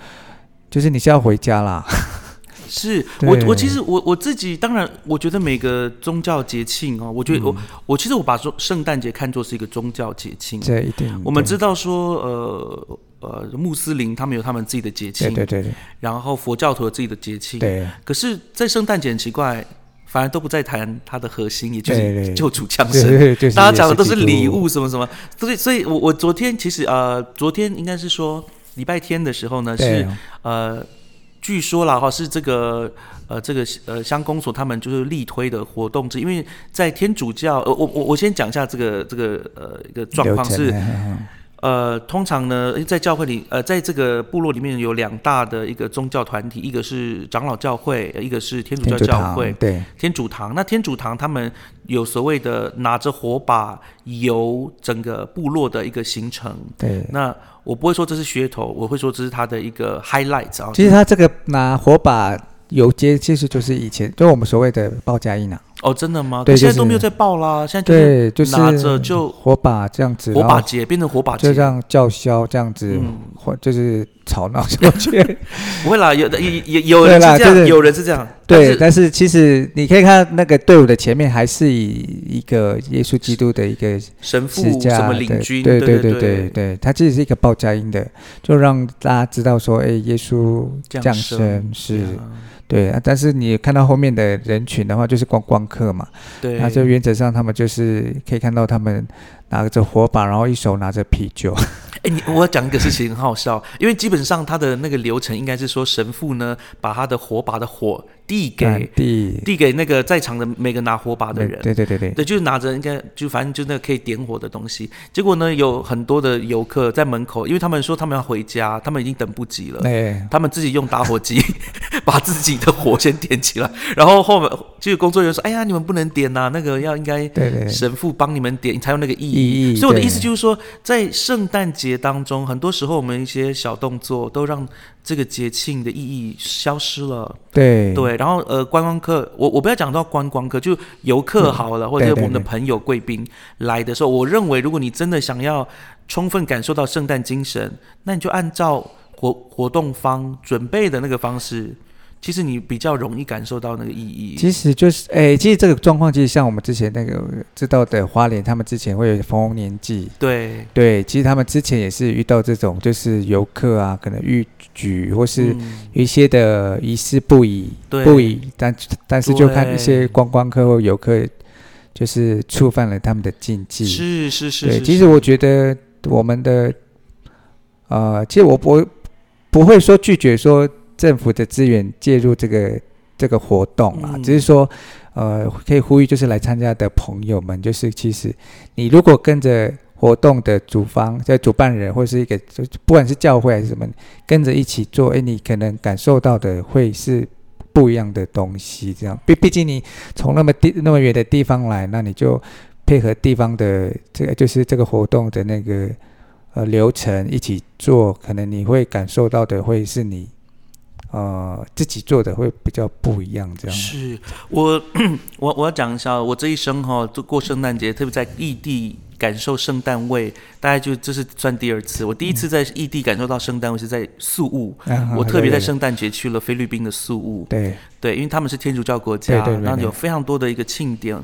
S2: 就是你是要回家啦。
S1: 嗯是我
S2: 对
S1: 我其实我我自己当然，我觉得每个宗教节庆哦，我觉得
S2: 嗯
S1: 我、我其实我把说圣诞节看作是一个宗教节庆。
S2: 这一定
S1: 我们
S2: 对
S1: 知道说，呃呃，穆斯林他们有他们自己的节庆，
S2: 对对对
S1: 然后佛教徒有自己的节庆
S2: 对，对。
S1: 可是，在圣诞节很奇怪，反而都不再谈它的核心，也就
S2: 对
S1: 是
S2: 对
S1: 救主降
S2: 对
S1: 生。
S2: 对对，就是
S1: 大家讲的都
S2: 也
S1: 是
S2: 基督
S1: 礼，物什么什么，所以所以我我昨天其实呃，昨天应该是说礼拜天的时候呢
S2: 对
S1: 是呃，据说啦哈是这个呃这个呃乡公所他们就是力推的活动之一，因为在天主教，呃、我我我先讲一下这个这个呃一个状况
S2: 流
S1: 是
S2: 程嗯
S1: 呃通常呢在教会里呃在这个部落里面有两大的一个宗教团体，一个是长老教会，呃一个是天主教
S2: 天主
S1: 教会
S2: 堂，。对
S1: 天主堂，那天主堂他们有所谓的拿着火把游整个部落的一个行程，
S2: 对。
S1: 那我不会说这是噱头，我会说这是它的一个 highlight 啊。
S2: 其实他这个拿火把游街，其实就是以前就我们所谓的报家印啊，
S1: 哦，真的吗？
S2: 对
S1: 可现在
S2: 就是
S1: 都没有在报啦，现在就是
S2: 对，就是
S1: 拿着就
S2: 火把这样子，
S1: 火
S2: 然
S1: 把
S2: 后
S1: 节变成火把
S2: 就啊
S1: 节，
S2: 这样叫嚣这样子
S1: 嗯，
S2: 或就是吵闹上 去。
S1: 不会啦，有的也也有人
S2: 对
S1: 是
S2: 啦
S1: 这样，
S2: 就是
S1: 有人是这样，但
S2: 对，
S1: 是
S2: 但是其实你可以看那个队伍的前面还是以一个耶稣基督的一个
S1: 神
S2: 是
S1: 父
S2: 这
S1: 什
S2: 样
S1: 么
S2: 对
S1: 领军，
S2: 对
S1: 对
S2: 对
S1: 对，
S2: 对，它其实是一个报佳音的，就让大家知道说，哎，耶稣
S1: 降
S2: 降
S1: 生
S2: 生是
S1: 对啊
S2: 对啊。但是你看到后面的人群的话，就是观光客嘛，
S1: 对，
S2: 那就原则上他们就是可以看到他们拿着火把，然后一手拿着啤酒，
S1: 哎、哎、你我要讲一个事情很好笑，因为基本上他的那个流程应该是说，神父呢把他的火把的火递给、
S2: 啊地
S1: 递给那个在场的每个拿火把的人，
S2: 对对对对，
S1: 对，就是拿着应该就反正就那个可以点火的东西。结果呢，有很多的游客在门口，因为他们说他们要回家，他们已经等不及了。
S2: 哎，
S1: 他们自己用打火机 把自己的火先点起来，然后后面就是工作人员说：“哎呀，你们不能点呐、那个要应该
S2: 对对对
S1: 神父帮你们点才有那个意
S2: 意
S1: 义。
S2: 义
S1: 所以我的
S2: 对
S1: 意思就是说，在圣诞节当中，很多时候我们一些小动作都让这个节庆的意义消失了。
S2: 对
S1: 对，然后呃，观光客，我我不要讲到观光客，就游客好了，或者
S2: 嗯对
S1: 是
S2: 对
S1: 我们的
S2: 对
S1: 朋友贵宾来的时候，我认为如果你真的想要充分感受到圣诞精神，那你就按照活活动方准备的那个方式，其实你比较容易感受到那个意义。
S2: 其实就是，哎、其实这个状况其实像我们之前那个知道的花莲，他们之前会有丰年祭，
S1: 对，
S2: 对，其实他们之前也是遇到这种，就是游客啊，可能逾矩或是
S1: 嗯
S2: 有一些的疑似不已，
S1: 对
S2: 不已，但但是就看
S1: 对
S2: 一些观光客或游客，就是触犯了他们的禁忌。
S1: 是是是，
S2: 对，
S1: 是
S2: 其
S1: 是
S2: 实我觉得我们的，呃，其实我不不会说拒绝说政府的资源介入这个这个活动啊，
S1: 嗯
S2: 只是说，呃，可以呼吁就是来参加的朋友们，就是其实你如果跟着。活动的主方在主办人或是一个，就不管是教会还是什么，跟着一起做，哎，你可能感受到的会是不一样的东西。这样，毕毕竟你从那么地那么远的地方来，那你就配合地方的这个就是这个活动的那个呃流程一起做，可能你会感受到的会是你呃自己做的会比较不一样这样。
S1: 是我 我我要讲一下，我这一生哈、就过圣诞节，特别在异地感受圣诞味，大概就这是算第二次。我第一次在异地感受到圣诞味是在宿务，
S2: 啊
S1: 我特别在
S2: 对
S1: 圣诞节去了菲律宾的宿务，
S2: 对
S1: 对，因为他们是天主教国家，
S2: 对对对
S1: 然后
S2: 对
S1: 有非常多的一个庆典。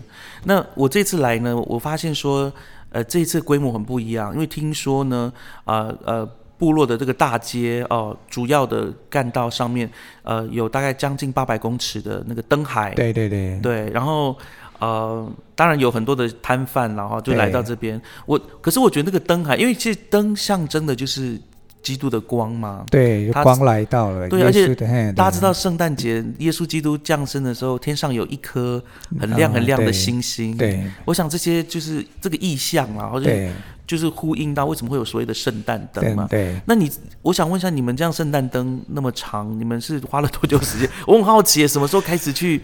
S1: 那我这次来呢，我发现说，呃，这一次规模很不一样，因为听说呢，呃呃，部落的这个大街哦、主要的干道上面，呃，有大概将近八百公尺的那个灯海，
S2: 对对对
S1: 哎对，然后呃，当然有很多的摊贩然后就
S2: 对
S1: 来到这边。我可是我觉得那个灯海，因为其实灯象征的就是基督的光嘛。
S2: 对，就
S1: 他
S2: 光来到了，
S1: 对
S2: 耶
S1: 而且
S2: 稣的嘿
S1: 大家
S2: 对
S1: 知道圣诞节耶稣基督降生的时候，天上有一颗很亮
S2: 啊
S1: 很亮的
S2: 对
S1: 星星。，
S2: 对
S1: 我想这些就是这个意象啊，或者
S2: 对
S1: 就是呼应到为什么会有所谓的圣诞灯
S2: 对
S1: 嘛。
S2: 对。
S1: 那你，我想问一下，你们这样圣诞灯那么长，你们是花了多久时 间？我很好奇，什么时候开始去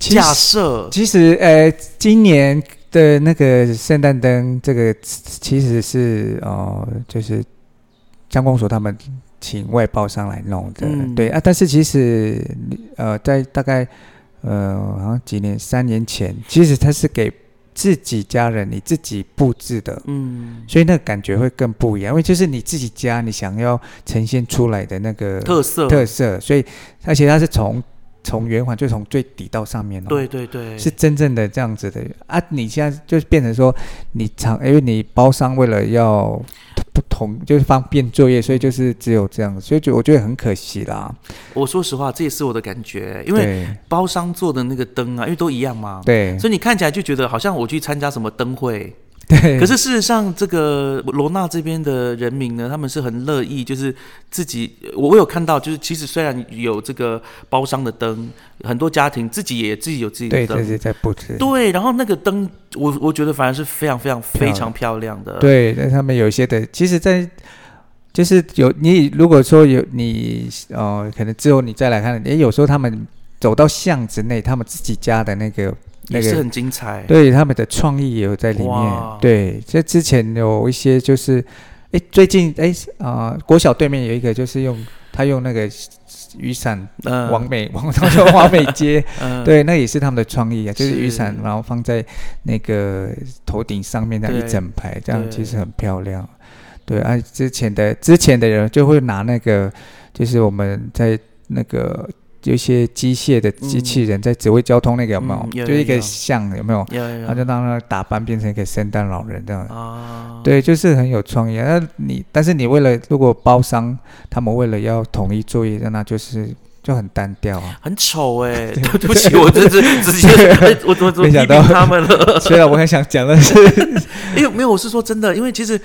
S2: 其实
S1: 架设？
S2: 其实呃，今年的那个圣诞灯，这个其实是哦、呃就是张公所他们请外包商来弄的，
S1: 嗯
S2: 对啊。但是其实呃，在大概呃，好像几年三年前，其实它是给自己家人你自己布置的。
S1: 嗯，
S2: 所以那个感觉会更不一样，因为就是你自己家你想要呈现出来的那个
S1: 特色，
S2: 特色，所以而且它是从从圆环就从最底到上面哦，
S1: 对对对，
S2: 是真正的这样子的啊！你现在就是变成说，你厂因为你包商为了要不同，就是方便作业，所以就是只有这样，所以就我觉得很可惜啦。
S1: 我说实话，这也是我的感觉，因为
S2: 对
S1: 包商做的那个灯啊，因为都一样嘛，
S2: 对
S1: 所以你看起来就觉得好像我去参加什么灯会，
S2: 对，
S1: 可是事实上，这个罗纳这边的人民呢，他们是很乐意，就是自己，我我有看到，就是其实虽然有这个包商的灯，很多家庭自己也自己有自己的
S2: 对
S1: 灯，
S2: 对对在布置，
S1: 对然后那个灯，我我觉得反而是非常非常
S2: 漂
S1: 非
S2: 亮
S1: 常漂亮的，
S2: 对，但他们有一些的，其实在，就是有你如果说有你呃，可能之后你再来看，也有时候他们走到巷子内，他们自己家的那个那
S1: 也
S2: 个
S1: 是很精彩，
S2: 对，他们的创意也有在里面
S1: 哇。
S2: 对，这之前有一些就是，哎，最近哎啊、呃国小对面有一个就是用他用那个雨伞
S1: 嗯
S2: 往美 往他说往美街，
S1: 嗯，
S2: 对，那也是他们的创意啊，就是雨
S1: 是
S2: 伞然后放在那个头顶上面那
S1: 对
S2: 一整排，这样
S1: 对
S2: 其实很漂亮。对，啊，之前的之前的人就会拿那个，就是我们在那个。有一些机械的机
S1: 嗯
S2: 器人在指挥交通那个有没有？
S1: 嗯有
S2: 就
S1: 有
S2: 一个
S1: 有
S2: 像有没有？
S1: 有有有
S2: 他就让他打扮变成一个圣诞老人这样。
S1: 啊，
S2: 对，就是很有创意啊。那你，但是你为了如果包商，他们为了要统一作业，那就是就很单调 啊。
S1: 很丑哎、 欸，对不起，我这是直接我我我
S2: 没
S1: 批
S2: 想
S1: 评
S2: 到
S1: 他们了，
S2: 虽然我很想讲，但是
S1: 因为没有，我是说真的，因为其实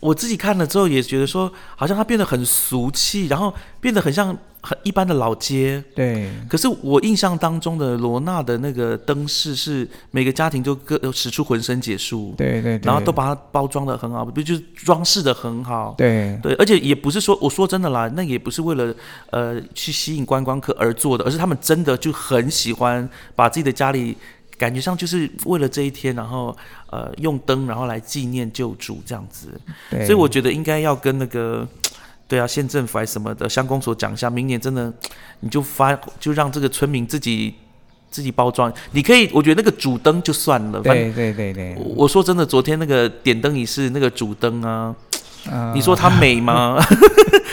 S1: 我自己看了之后也觉得说，好像它变得很俗气，然后变得很像很一般的老街。
S2: 对，
S1: 可是我印象当中的罗纳的那个灯饰是每个家庭都各都使出浑身解数，
S2: 对对对，
S1: 然后都把它包装的很好，不就是装饰的很好。
S2: 对
S1: 对，而且也不是说我说真的啦，那也不是为了呃去吸引观光客而做的，而是他们真的就很喜欢把自己的家里感觉上就是为了这一天，然后呃用灯然后来纪念救主这样子，
S2: 对，
S1: 所以我觉得应该要跟那个。对啊，县政府还是什么的，乡公所讲一下，明年真的你就发就让这个村民自己自己包装，你可以，我觉得那个主灯就算了，反正
S2: 对对对对，
S1: 我我说真的，昨天那个点灯仪式那个主灯啊，
S2: 呃
S1: 你说它美 吗？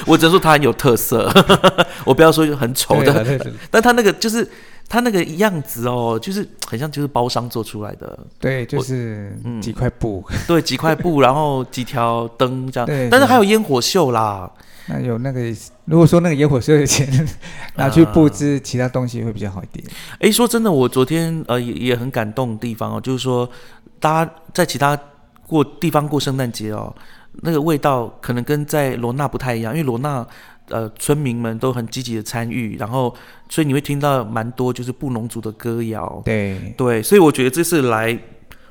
S1: 我只能说它很有特色， 我不要说很丑
S2: 对了啊
S1: 的，
S2: 对 对
S1: 但它那个就是它那个样子哦，就是很像就是包商做出来的，
S2: 对，就
S1: 我
S2: 是
S1: 嗯
S2: 几块布，
S1: 对，几块布，然后几条灯这
S2: 对
S1: 样，但是
S2: 对
S1: 还有烟火秀啦，
S2: 那有那个，如果说那个烟火秀 的钱拿去
S1: 啊
S2: 布置其他东西会比较好一点。
S1: 诶，说真的，我昨天呃也也很感动的地方哦，就是说，大家在其他过地方过圣诞节哦，那个味道可能跟在罗纳不太一样，因为罗纳呃村民们都很积极的参与，然后所以你会听到蛮多就是布农族的歌谣，
S2: 对，
S1: 对，所以我觉得这是来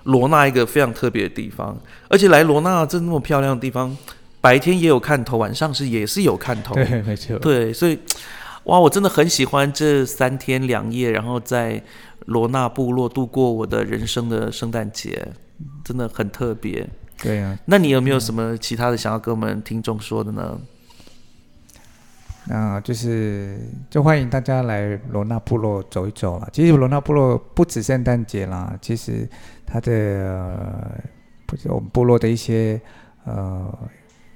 S1: 罗纳一个非常特别的地方，而且来罗纳这那么漂亮的地方，白天也有看头，晚上是也是有看头，
S2: 对，没错。
S1: 对，所以哇，我真的很喜欢这三天两夜，然后在罗纳部落度过我的人生的圣诞节，真的很特别。
S2: 对啊，
S1: 那你有没有什么其他的想要跟我们听众说的呢？
S2: 那就是就欢迎大家来罗纳部落走一走啦。其实罗纳部落不止圣诞节啦，其实它的、呃不是我们部落的一些呃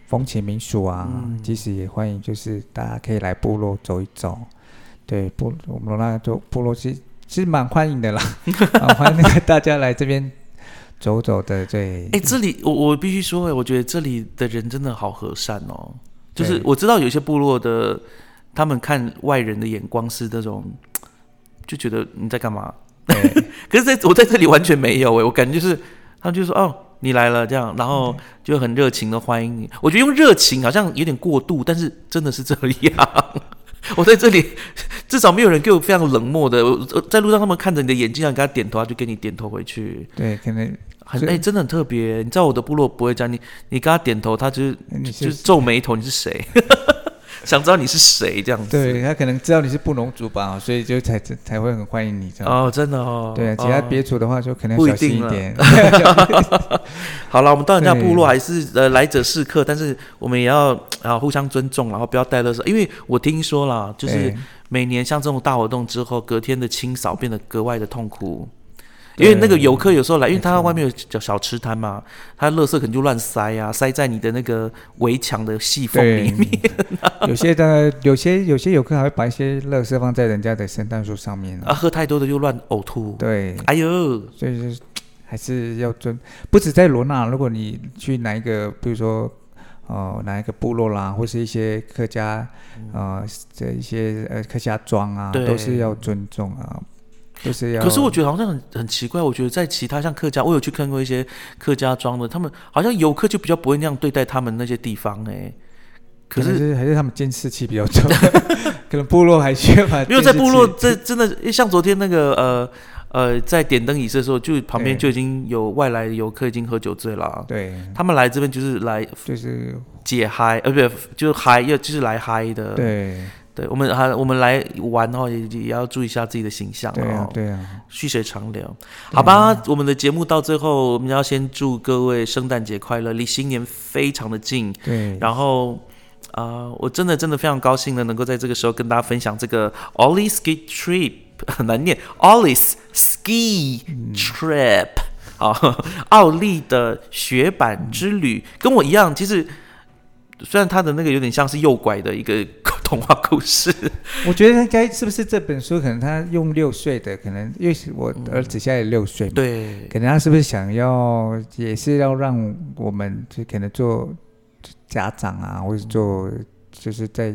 S2: 风情民俗啊，
S1: 嗯
S2: 其实也欢迎就是大家可以来部落走一走。对，部我们罗纳就部落其实其实蛮欢迎 的啦，蛮欢迎大家来这边走走的。对，
S1: 哎，这里我我必须说，我觉得这里的人真的好和善哦。就是
S2: 对
S1: 我知道有些部落的，他们看外人的眼光是那种，就觉得你在干嘛？
S2: 对
S1: 可是在我在这里完全没有哎、我感觉就是他们就说哦你来了这样，然后
S2: 嗯
S1: 就很热情的欢迎你。我觉得用热情好像有点过度，但是真的是这样。我在这里至少没有人给我非常冷漠的，我我在路上他们看着你的眼睛，让你跟他点头，他就给你点头回去，
S2: 对，可能
S1: 很
S2: 所
S1: 哎、
S2: 以
S1: 真的很特别。你知道我的部落不会这样，你你跟他点头，他就是
S2: 哎你
S1: 就是是皱眉头，你是谁？ 想知道你是谁这样子。
S2: 对他可能知道你是布农族吧，所以就才才会很欢迎你这样。
S1: 哦，真的哦。
S2: 对啊，其他
S1: 哦
S2: 别处的话就可能
S1: 不
S2: 要
S1: 一
S2: 小心
S1: 定
S2: 一
S1: 了
S2: 点。
S1: 好了，我们到人家
S2: 对
S1: 部落还是呃来者是客，但是我们也要啊互相尊重，然后不要带乐色。因为我听说啦， 就是
S2: 对
S1: 每年像这种大活动之后，隔天的清扫变得格外的痛苦。因为那个游客有时候来，因为他外面有小小吃摊嘛，他垃圾可能就乱塞啊，塞在你的那个围墙的细缝里面。啊
S2: 有些的有些有些游客还会把一些垃圾放在人家的圣诞树上面啊
S1: 啊，喝太多的又乱呕吐。
S2: 对，
S1: 哎呦，
S2: 所以就是还是要尊，不止在罗纳，如果你去哪一个，比如说。哦，哪一个部落啦，或是一些客家，呃，这一些呃客家庄啊，
S1: 嗯对
S2: 都是要尊重啊，都是要。
S1: 可是我觉得好像很很奇怪，我觉得在其他像客家，我有去看过一些客家庄的，他们好像游客就比较不会那样对待他们那些地方哎、可
S2: 能
S1: 是
S2: 还是他们监视器比较重， 可能部落还缺 乏。
S1: 没有在部落，这真的像昨天那个呃呃，在点灯仪式的时候，就旁边
S2: 对
S1: 就已经有外来的游客已经喝酒醉了啊、
S2: 对，
S1: 他们来这边就是来
S2: 就是
S1: 解嗨，呃，不对，就是嗨，要就是来嗨的。，
S2: 对
S1: 对我们啊还我们来玩哦，也也要注意一下自己的形象
S2: 对啊
S1: 哦。
S2: 对啊，
S1: 细水长流，好吧，我们的节目到最后，我们要先祝各位圣诞节快乐，离新年非常的近。
S2: 对
S1: 然后，啊，我真的真的非常高兴呢，能够在这个时候跟大家分享这个 Ollie Ski Trip 很难念 Ollie's Ski Trip 好，奥利的雪板之旅，跟我一样，其实虽然他的那个有点像是右拐的一个 童话故事，
S2: 我觉得应该是不是这本书可能他用六岁的，可能因为是我儿子现在六岁嘛，
S1: 对，
S2: 可能他是不是想要也是要让我们就可能做家长啊，或者做就是在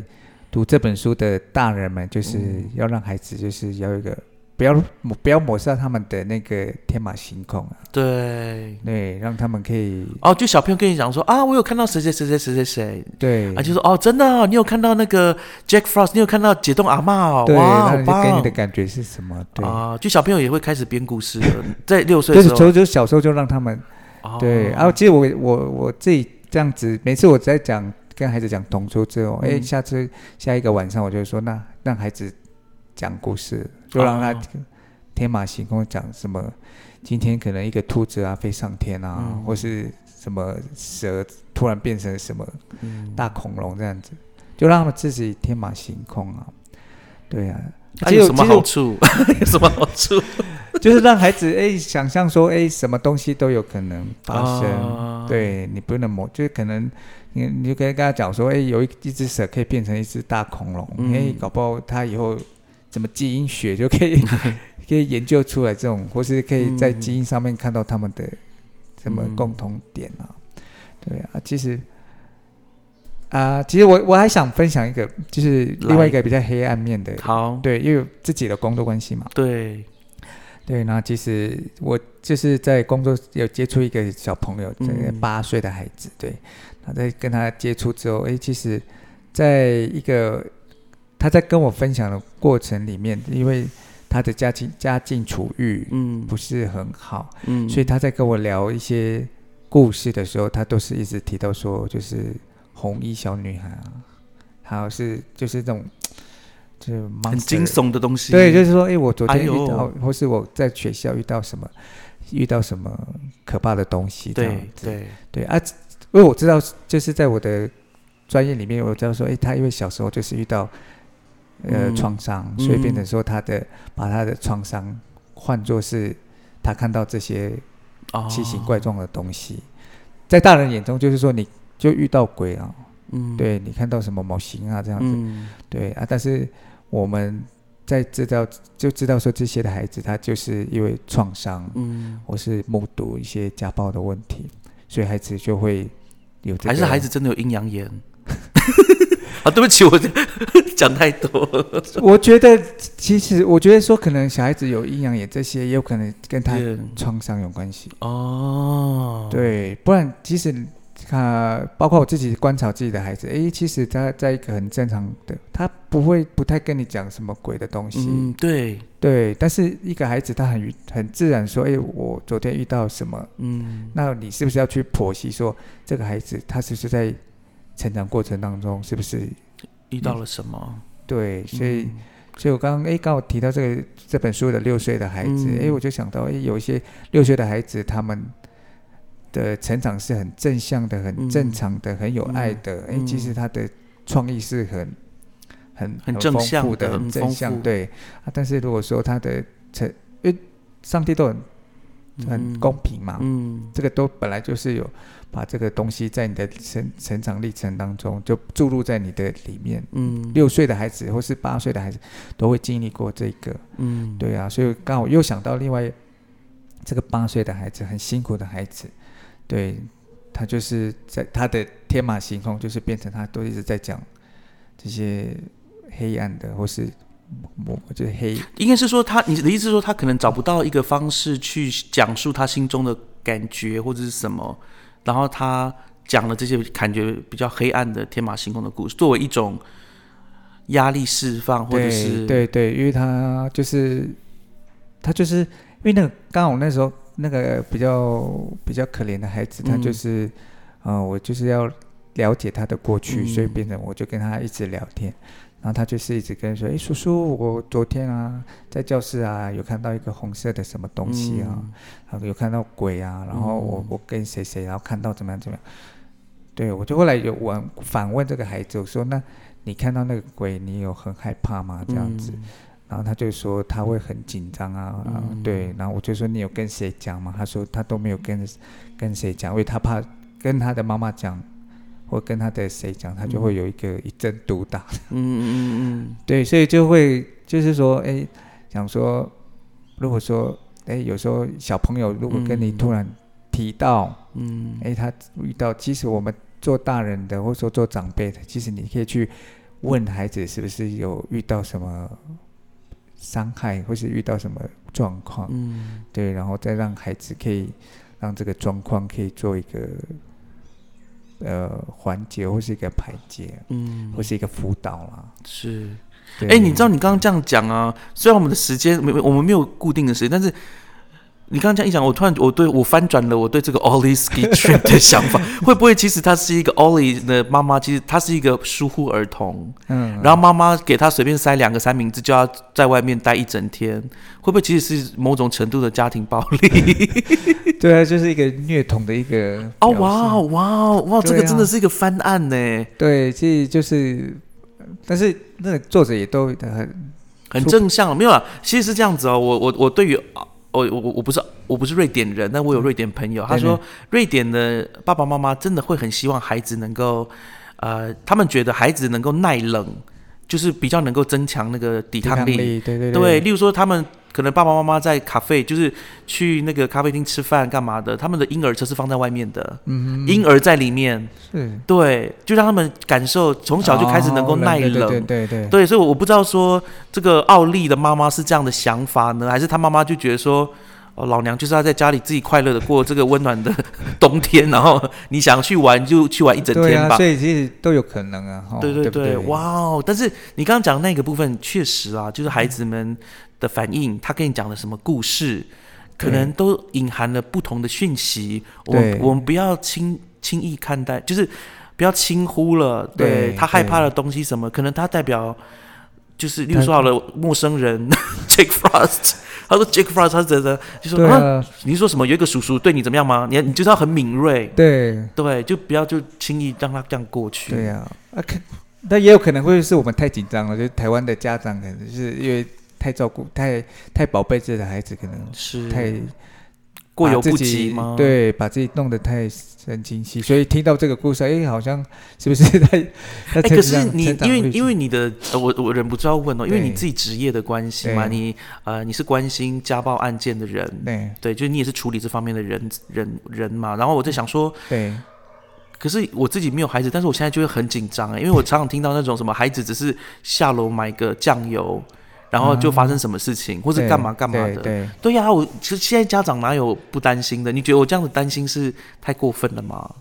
S2: 读这本书的大人们，就是
S1: 嗯
S2: 要让孩子就是要有一个。不不要抹不要抹杀他们的那个天马行空啊，
S1: 对。
S2: 对，让他们可以
S1: 哦，就小朋友跟你讲说啊，我有看到谁谁谁谁谁谁谁，
S2: 对，
S1: 啊，就说哦，真的、哦，你有看到那个 Jack Frost，你有看到解冻阿嬷哦，
S2: 对，
S1: 哇，
S2: 那
S1: 好
S2: 你就给你
S1: 棒
S2: 的感觉是什么？对，
S1: 啊！就小朋友也会开始编故事 了，在六岁
S2: 就
S1: 的啊
S2: 是
S1: 时候，
S2: 从就小时候就让他们
S1: 哦
S2: 对，啊然后其实我我我自己这样子，每次我在讲跟孩子讲同桌之后，哎、
S1: 嗯
S2: 下次下一个晚上我就说，那让孩子讲故事，就让他
S1: 哦
S2: 天马行空讲什么，今天可能一个兔子啊飞上天啊，
S1: 嗯
S2: 或是什么蛇突然变成什么
S1: 嗯
S2: 大恐龙这样子，就让他们自己天马行空啊。对啊，
S1: 啊
S2: 其
S1: 有
S2: 实
S1: 什么
S2: 其实
S1: 好处？ 有什么好处？
S2: 就是让孩子哎、想象说哎、什么东西都有可能发生，
S1: 啊，
S2: 对你不能抹，就是可能你你就可以跟他讲说，哎，有一一只蛇可以变成一只大恐龙，哎、
S1: 嗯
S2: 搞不好它以后怎么基因学就可以 可以研究出来这种，或是可以在
S1: 嗯
S2: 基因上面看到他们的什么
S1: 嗯
S2: 共同点啊？对啊，其实啊、其实我我还想分享一个，就是另外一个比较黑暗面的，
S1: 好，
S2: 对，因为有自己的工作关系嘛，
S1: 对，
S2: 对，那其实我就是在工作有接触一个小朋友，这个
S1: 嗯
S2: 八岁的孩子，对，他在跟他接触之后，诶，其实在一个他在跟我分享的过程里面，因为他的家境家境处遇
S1: 嗯
S2: 不是很好，
S1: 嗯，
S2: 所以他在跟我聊一些故事的时候，他都是一直提到说，就是红衣小女孩啊，还有是就是这种就是
S1: 很
S2: monster
S1: 惊悚的东西，
S2: 对，就是说，哎、我昨
S1: 哎
S2: 天遇
S1: 呦
S2: 到，或是我在学校遇到什么，遇到什么可怕的东西，这样
S1: 对
S2: 子
S1: 对，
S2: 对啊，因为我知道，就是在我的专业里面，我知道说，哎、他因为小时候就是遇到呃
S1: 嗯
S2: 创伤，所以变成
S1: 嗯
S2: 说他的、把他的创伤换作是他看到这些
S1: 哦
S2: 奇形，怪状的东西，在大人眼中就是说你就遇到鬼啊，
S1: 嗯，
S2: 对你看到什么模型啊这样子，
S1: 嗯，
S2: 对啊，但是我们在知道就知道说这些的孩子，他就是因为创伤，
S1: 嗯
S2: 或是目睹一些家暴的问题，所以孩子就会有这个。
S1: 还是孩子，真的有阴阳眼。 啊，对不起，我讲太多了。
S2: 我觉得其实我觉得说，可能小孩子有阴阳眼这些，也有可能跟他
S1: 对
S2: 创伤有关系。
S1: 哦，，
S2: 对，不然其实啊、包括我自己观察自己的孩子，诶，其实他在一个很正常的，他不会不太跟你讲什么鬼的东西。
S1: 嗯，对，
S2: 对，但是一个孩子他很很自然说：“哎、我昨天遇到什么
S1: 嗯？”，
S2: 那你是不是要去剖析说这个孩子他是不是在成长过程当中是不是
S1: 遇到了什么？
S2: 对？所以，
S1: 嗯
S2: 所以我刚刚哎，刚好提到这个这本书的六岁的孩子，
S1: 嗯
S2: 哎、我就想到哎，有一些六岁的孩子他们的成长是很正向的、很正
S1: 嗯
S2: 常的、很有爱的，哎、
S1: 嗯
S2: 其实他的创意是很。很
S1: 很正
S2: 丰
S1: 向
S2: 富
S1: 的
S2: 很
S1: 很
S2: 正
S1: 丰
S2: 向
S1: 富
S2: 对、啊。但是如果说他的成，因为上帝都很很
S1: 嗯
S2: 公平嘛，
S1: 嗯
S2: 这个都本来就是有把这个东西在你的成成长历程当中就注入在你的里面。
S1: 嗯，
S2: 六岁的孩子或是八岁的孩子都会经历过这个，
S1: 嗯，
S2: 对啊，所以刚好又想到另外这个八岁的孩子很辛苦的孩子，对他就是在他的天马行空，就是变成他都一直在讲这些黑暗的或是我就是黑
S1: 应该是说他，你的意思是说他可能找不到一个方式去讲述他心中的感觉或者是什么，然后他讲了这些感觉比较黑暗的天马行空的故事，作为一种压力释放，或者
S2: 对
S1: 是
S2: 对对，因为他就是他就是因为那个刚好那时候那个比较比较可怜的孩子，他就
S1: 嗯
S2: 是嗯、呃我就是要了解他的过去，所以
S1: 嗯
S2: 变成我就跟他一直聊天。然后他就是一直跟人说：“哎，叔叔，我昨天啊，在教室啊，有看到一个红色的什么东西啊，
S1: 嗯
S2: 然后有看到鬼啊，然后我
S1: 嗯
S2: 我跟谁谁，然后看到怎么样怎么样。对我就后来有问反问这个孩子，我说：“那你看到那个鬼，你有很害怕吗？”这样子，
S1: 嗯
S2: 然后他就说他会很紧张啊，啊
S1: 嗯
S2: 对，然后我就说你有跟谁讲吗？他说他都没有跟跟谁讲，因为他怕跟他的妈妈讲，或跟他的谁讲，他就会有一个一阵毒打。
S1: 嗯嗯
S2: 对，所以就会就是说，哎，想说，如果说，哎，有时候小朋友如果跟你
S1: 嗯
S2: 突然提到，
S1: 嗯嗯，
S2: 哎、他遇到，其实我们做大人的，或者说做长辈的，其实你可以去问孩子是不是有遇到什么伤害或是遇到什么状况，
S1: 嗯，
S2: 对，然后再让孩子可以让这个状况可以做一个呃缓解或是一个排解，
S1: 嗯
S2: 或，是一个辅导啦。
S1: 是。
S2: 对
S1: 哎、你知道你刚刚这样讲啊，虽然我们的时间没我们没有固定的时间，但是你刚刚这样一讲，我突然我对我翻转了我对这个 Ollie Ski Trip 的想法， 会不会其实他是一个 Ollie 的妈妈，其实她是一个疏忽儿童，
S2: 嗯，
S1: 然后妈妈给他随便塞两个三明治，就要在外面待一整天，会不会其实是某种程度的家庭暴 力？
S2: 对啊，就是一个虐童的一个
S1: 哦
S2: 表
S1: 哇
S2: 现
S1: 哦哇哦哇，这
S2: 对
S1: 个
S2: 啊
S1: 真的是一个翻案呢，
S2: 对，其实就是，呃但是那个作者也都很
S1: 很
S2: 出
S1: 正向，没有啦，其实是这样子哦，我我我对于。我我我不是我不是瑞典人，但我有瑞典朋友。他说，瑞典的爸爸妈妈真的会很希望孩子能够，呃，他们觉得孩子能够耐冷，就是比较能够增强那个抵
S2: 抵
S1: 抗
S2: 抗
S1: 力。
S2: 力，对对
S1: 对，例如说他们可能爸爸妈妈在咖啡，就是去那个咖啡厅吃饭干嘛的，他们的婴儿车是放在外面的，
S2: 嗯哼，
S1: 婴儿在里面，
S2: 是
S1: 对，就让他们感受从小就开始能够
S2: 哦
S1: 耐
S2: 对
S1: 冷。
S2: 对对对对，
S1: 对，所以，我我不知道说这个奥利的妈妈是这样的想法呢，还是她妈妈就觉得说，哦，老娘就是要在家里自己快乐的过这个温暖的 冬天，然后你想去玩就去玩一整
S2: 对
S1: 天
S2: 啊，
S1: 吧
S2: 所。以其实都有可能啊，哦
S1: 对
S2: 对不
S1: 对，哇，哦！但是你刚刚讲那个部分，确实啊，就是孩子们的反应，他跟你讲的什么故事，可能都隐含了不同的讯息。我们
S2: 对
S1: 我们不要轻轻易看待，就是不要轻忽了。对
S2: 对
S1: 他害怕
S2: 对
S1: 的东西什么，可能他代表。就是，例如说好了，陌生人 Jack Frost，他说 Jack Frost，他觉得就说
S2: 对
S1: 啊，
S2: 啊，
S1: 你说什么？有一个叔叔对你怎么样吗？你你就是要很敏锐，
S2: 对
S1: 对，就不要就轻易让他这样过去。
S2: 对啊，啊，可但也有可能会是我们太紧张了，就是台湾的家长可能是因为太照顾、太太宝贝自己的孩子，可能
S1: 是
S2: 太
S1: 过
S2: 把
S1: 犹
S2: 自
S1: 不
S2: 己
S1: 及吗？，
S2: 对，把自己弄得太神经兮，所以听到这个故事，哎，好像是不是在 在
S1: 哎、
S2: 成
S1: 可是
S2: 长
S1: 你
S2: 成长
S1: 因为
S2: 率
S1: 因为你的，呃、我我忍不住要问哦，因为
S2: 对
S1: 你自己职业的关系嘛，
S2: 对
S1: 你呃你是关心家暴案件的人，
S2: 对
S1: 对，就是你也是处理这方面的人人人嘛。然后我在想说，
S2: 对
S1: 可是我自己没有孩子，但是我现在就会很紧张哎，因为我常常听到那种什么孩子只是下楼买个酱油，然后就发生什么事情，或
S2: 或
S1: 是干嘛干嘛的。
S2: 嗯对
S1: 对呀、我其实现在家长哪有不担心的？你觉得我这样子担心是太过分了吗？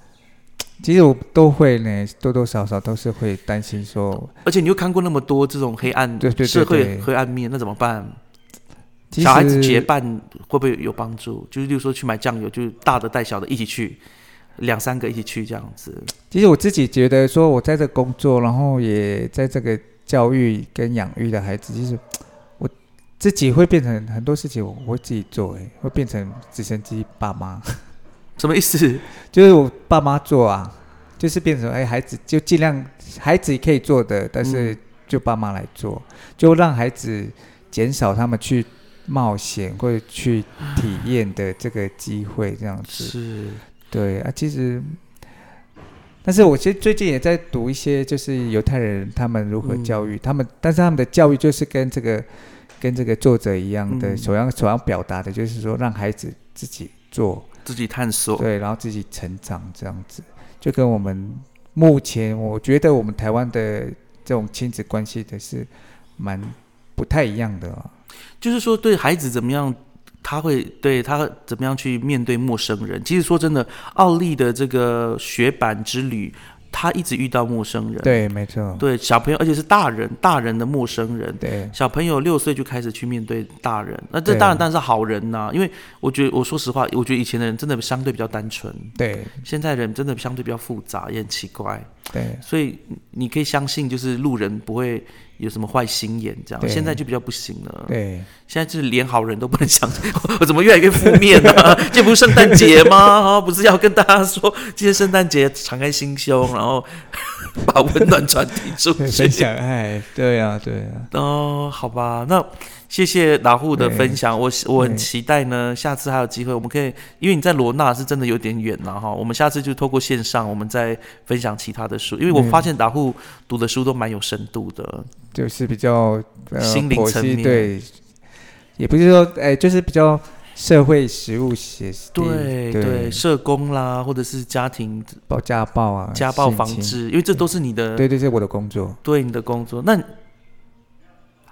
S2: 其实我都会呢，多多少少都是会担心说，
S1: 而且你又看过那么多这种黑暗
S2: 对对对
S1: 社会
S2: 对
S1: 黑暗面，那怎么办？
S2: 其实
S1: 小孩子结伴会不会有帮助？就是，例如说去买酱油，就是大的带小的一起去，两三个一起去这样子。
S2: 其实我自己觉得说，我在这工作，然后也在这个教育跟养育的孩子，其实我自己会变成很多事情，我会自己做，哎，会变成直升机爸妈。
S1: 什么意思？
S2: 就是我爸妈做啊，就是变成哎，孩子就尽量孩子可以做的，但
S1: 嗯
S2: 是就爸妈来做，就让孩子减少他们去冒险或者去体验的这个机会，这样子。
S1: 是，
S2: 对啊，其实，但是我其实最近也在读一些，就是犹太人他们如何
S1: 嗯
S2: 教育、他们，但是他们的教育就是跟这个跟这个作者一样的，
S1: 嗯
S2: 所要所要表达的就是说，让孩子自己做，
S1: 自己探索。
S2: 对，然后自己成长这样子，就跟我们目前我觉得我们台湾的这种亲子关系的是蛮不太一样的、啊。
S1: 就是说，对孩子怎么样，他会对他怎么样去面对陌生人。其实说真的，奥利的这个雪板之旅，他一直遇到陌生人。
S2: 对，没错，
S1: 对，小朋友，而且是大人，大人的陌生人。
S2: 对
S1: 小朋友六岁就开始去面对大人，那这
S2: 对啊
S1: 当然当然是好人呐、因为我觉得，我说实话，我觉得以前的人真的相对比较单纯，
S2: 对
S1: 现在人真的相对比较复杂，也很奇怪。
S2: 对
S1: 所以你可以相信，就是路人不会有什么坏心眼这样。
S2: 对
S1: 现在就比较不行了，
S2: 对，
S1: 现在就是连好人都不能相信，我怎么越来越负面呢、 啊？这不是圣诞节吗？啊，不是要跟大家说，今天圣诞节敞开心胸，然后 把温暖传递出
S2: 对
S1: 去
S2: 分。享爱，对啊，对啊，
S1: 哦，好吧，那谢谢达户的
S2: 对
S1: 分享，我我很
S2: 对
S1: 期待呢，下次还有机会，我们可以，因为你在罗纳是真的有点远了哈，我们下次就透过线上，我们再分享其他的书，因为我
S2: 嗯
S1: 发现达户读的书都蛮有深度的，
S2: 就是比较呃
S1: 心灵
S2: 剖
S1: 层
S2: 析
S1: 面
S2: 对，也不是说哎，就是比较社会实务写实地
S1: 对
S2: 对，
S1: 社工啦，或者是家庭
S2: 报家暴啊，
S1: 家暴
S2: 性
S1: 防
S2: 侵，
S1: 治，因为这都是你的
S2: 对对，这是我的工作。
S1: 对你的工作，那。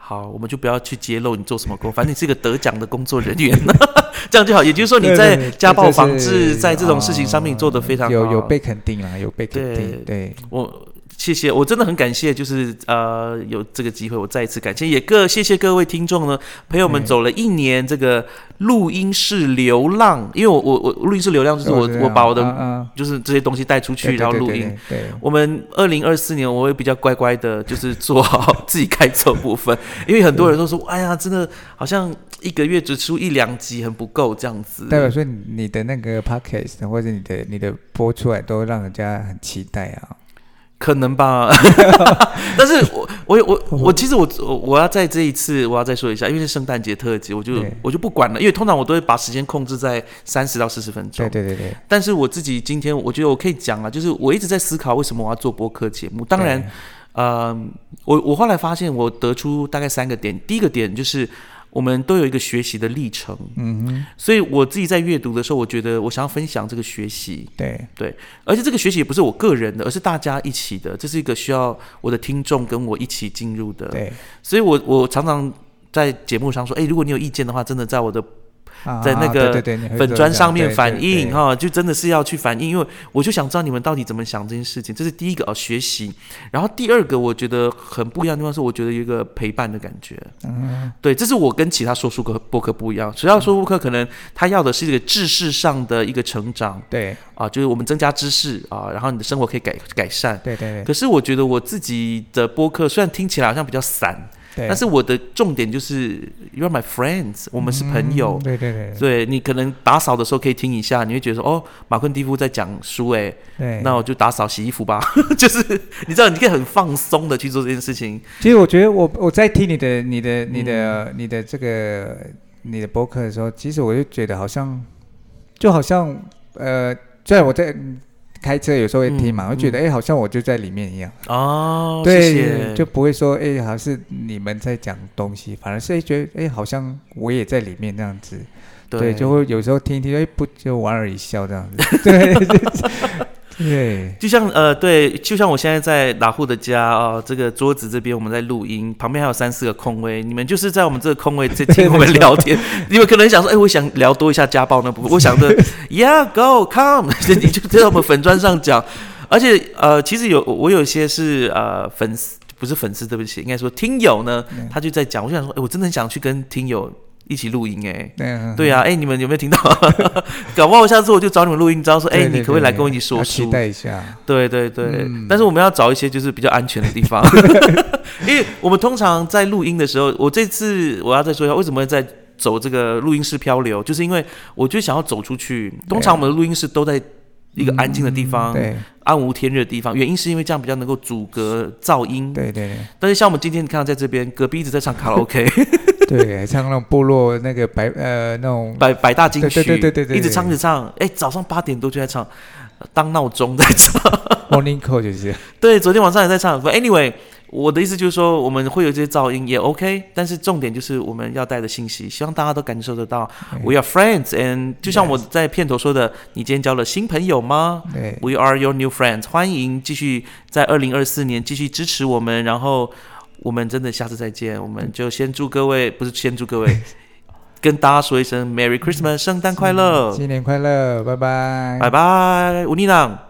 S1: 好，我们就不要去揭露你做什么 工，反正你是一个得奖的工作人员， 这样就好。也就是说你在
S2: 对对对
S1: 家暴
S2: 就是哦
S1: 防治在这种事情上面你做得非常好，
S2: 有有被肯定啦，有被肯
S1: 对
S2: 定，对，
S1: 我谢谢，我真的很感谢，就是呃有这个机会，我再一次感谢，也各谢谢各位听众呢，陪我们
S2: 对
S1: 走了一年这个录音室流浪，因为我我我录音室流浪就是我
S2: 这样
S1: 我把我的、
S2: 嗯嗯
S1: 就是这些东西带出去，
S2: 对
S1: 然后
S2: 对
S1: 录
S2: 对
S1: 音。
S2: 对对
S1: 我们二零二四年我会比较乖乖的，就是做好自己该做的部分，因为很多人都说，哎呀，真的好像一个月只出一两集很不够这样子。
S2: 代表说你你的那个 podcast 或者你的你的播出来都让人家很期待啊。
S1: 可能 吧，但是我我我我其实我我我要在这一次我要再说一下，因为是圣诞节特辑，我就
S2: 对
S1: 我就不管了，因为通常我都会把时间控制在三十到四十分钟
S2: 对。对对对，
S1: 但是我自己今天我觉得我可以讲啊，就是我一直在思考为什么我要做播客节目。当然，呃，我我后来发现我得出大概三个点，第一个点就是我们都有一个学习的历程，
S2: 嗯哼，
S1: 所以我自己在阅读的时候，我觉得我想要分享这个学习，
S2: 对
S1: 对，而且这个学习也不是我个人的，而是大家一起的，这是一个需要我的听众跟我一起进入的。
S2: 对，
S1: 所以我我常常在节目上说，哎，如果你有意见的话，真的在我的
S2: 啊
S1: 在那
S2: 啊
S1: 个
S2: 对对对你会
S1: 粉
S2: 这
S1: 砖
S2: 样
S1: 上面
S2: 对
S1: 反
S2: 对
S1: 映
S2: 对
S1: 哈、就真的是要去反映，因为我就想知道你们到底怎么想这件事情，这是第一个哦，学习。然后第二个，我觉得很不一样的地方是，我觉得有一个陪伴的感觉。
S2: 嗯
S1: 对，这是我跟其他说书客播客不一样，其他说书客可能他要的是一个知识上的一个成长
S2: 对
S1: 啊，就是我们增加知识啊，然后你的生活可以改改善。
S2: 对对对
S1: 可是我觉得我自己的播客虽然听起来好像比较散，
S2: 对，
S1: 但是我的重点就是 you are my friends，我们是朋友。
S2: 嗯对对对
S1: 对你可能打扫的时候可以听一下，你会觉得说哦，马昆蒂夫在讲书诶，
S2: 对。
S1: 那我就打扫洗衣服吧。 就是你知道，你可以很放松的去做这件事情。
S2: 其实我觉得我我在听你的你的
S1: 嗯
S2: 你的你的这个你的博客的时候，其实我就觉得好像就好像呃，虽然我在嗯开车有时候会听嘛，
S1: 嗯
S2: 我就觉得哎，好像我就在里面一样。
S1: 哦，
S2: 对，
S1: 谢谢。
S2: 就不会说哎、好像是你们在讲东西，反而是、哎觉得哎、好像我也在里面这样子。对，就会有时候听一听，哎、不就莞尔一笑这样子。 对，对，
S1: 就像呃，对，就像我现在在老户的家啊、哦这个桌子这边我们在录音，旁边还有三四个空位，你们就是在我们这个空位在听我们聊天。你们可能想说，哎，我想聊多一下家暴那部分，我想着，Yeah, go, come，你就在我们粉砖上讲。而且呃，其实有我有些是呃粉丝，不是粉丝，对不起，应该说听友呢，他就在讲，我就想说，哎，我真的很想去跟听友一起录音，哎，
S2: 嗯，
S1: 对啊，哎，你们有没有听到？搞不好下次我就找你们录音，你知道说，哎，
S2: 对
S1: 你
S2: 对
S1: 可不可以
S2: 对
S1: 来跟我一起
S2: 要
S1: 说
S2: 期
S1: 书？
S2: 待一下。
S1: 对对对，
S2: 嗯
S1: 但是我们要找一些就是比较安全的地 方，因为我们通常在录音的时候，我这次我要再说一下为什么会在走这个录音室漂流，就是因为我就想要走出去。通常我们的录音室都在一个安静的地方，
S2: 嗯对
S1: 暗无天日的地方，原因是因为这样比较能够阻隔噪音。
S2: 对对
S1: 但是像我们今天你看到在这边，隔壁一直在唱卡拉 OK，
S2: 对对，像那种部落那个白呃那 种
S1: 百百大金曲，
S2: 对对对对对对
S1: 一直唱一直唱，哎、早上八点多就在唱，当闹钟在唱。
S2: morning call 就是，
S1: 对，昨天晚上也在唱。But anyway，我的意思就是说，我们会有这些噪音也 OK，但是重点就是我们要带的信息，希望大家都感受得到。We
S2: 嗯
S1: are friends, and 就像我在片头说的，你今天交了新朋友吗
S2: 对
S1: ？We are your new friends，欢迎继续在二零二四年继续支持我们，然后我们真的下次再见。我们就先祝各位，不是先祝各位，跟大家
S2: 嗯
S1: 说一声 Merry Christmas，圣诞快乐，
S2: 新年快乐，拜拜，
S1: 拜拜，吴妮娜。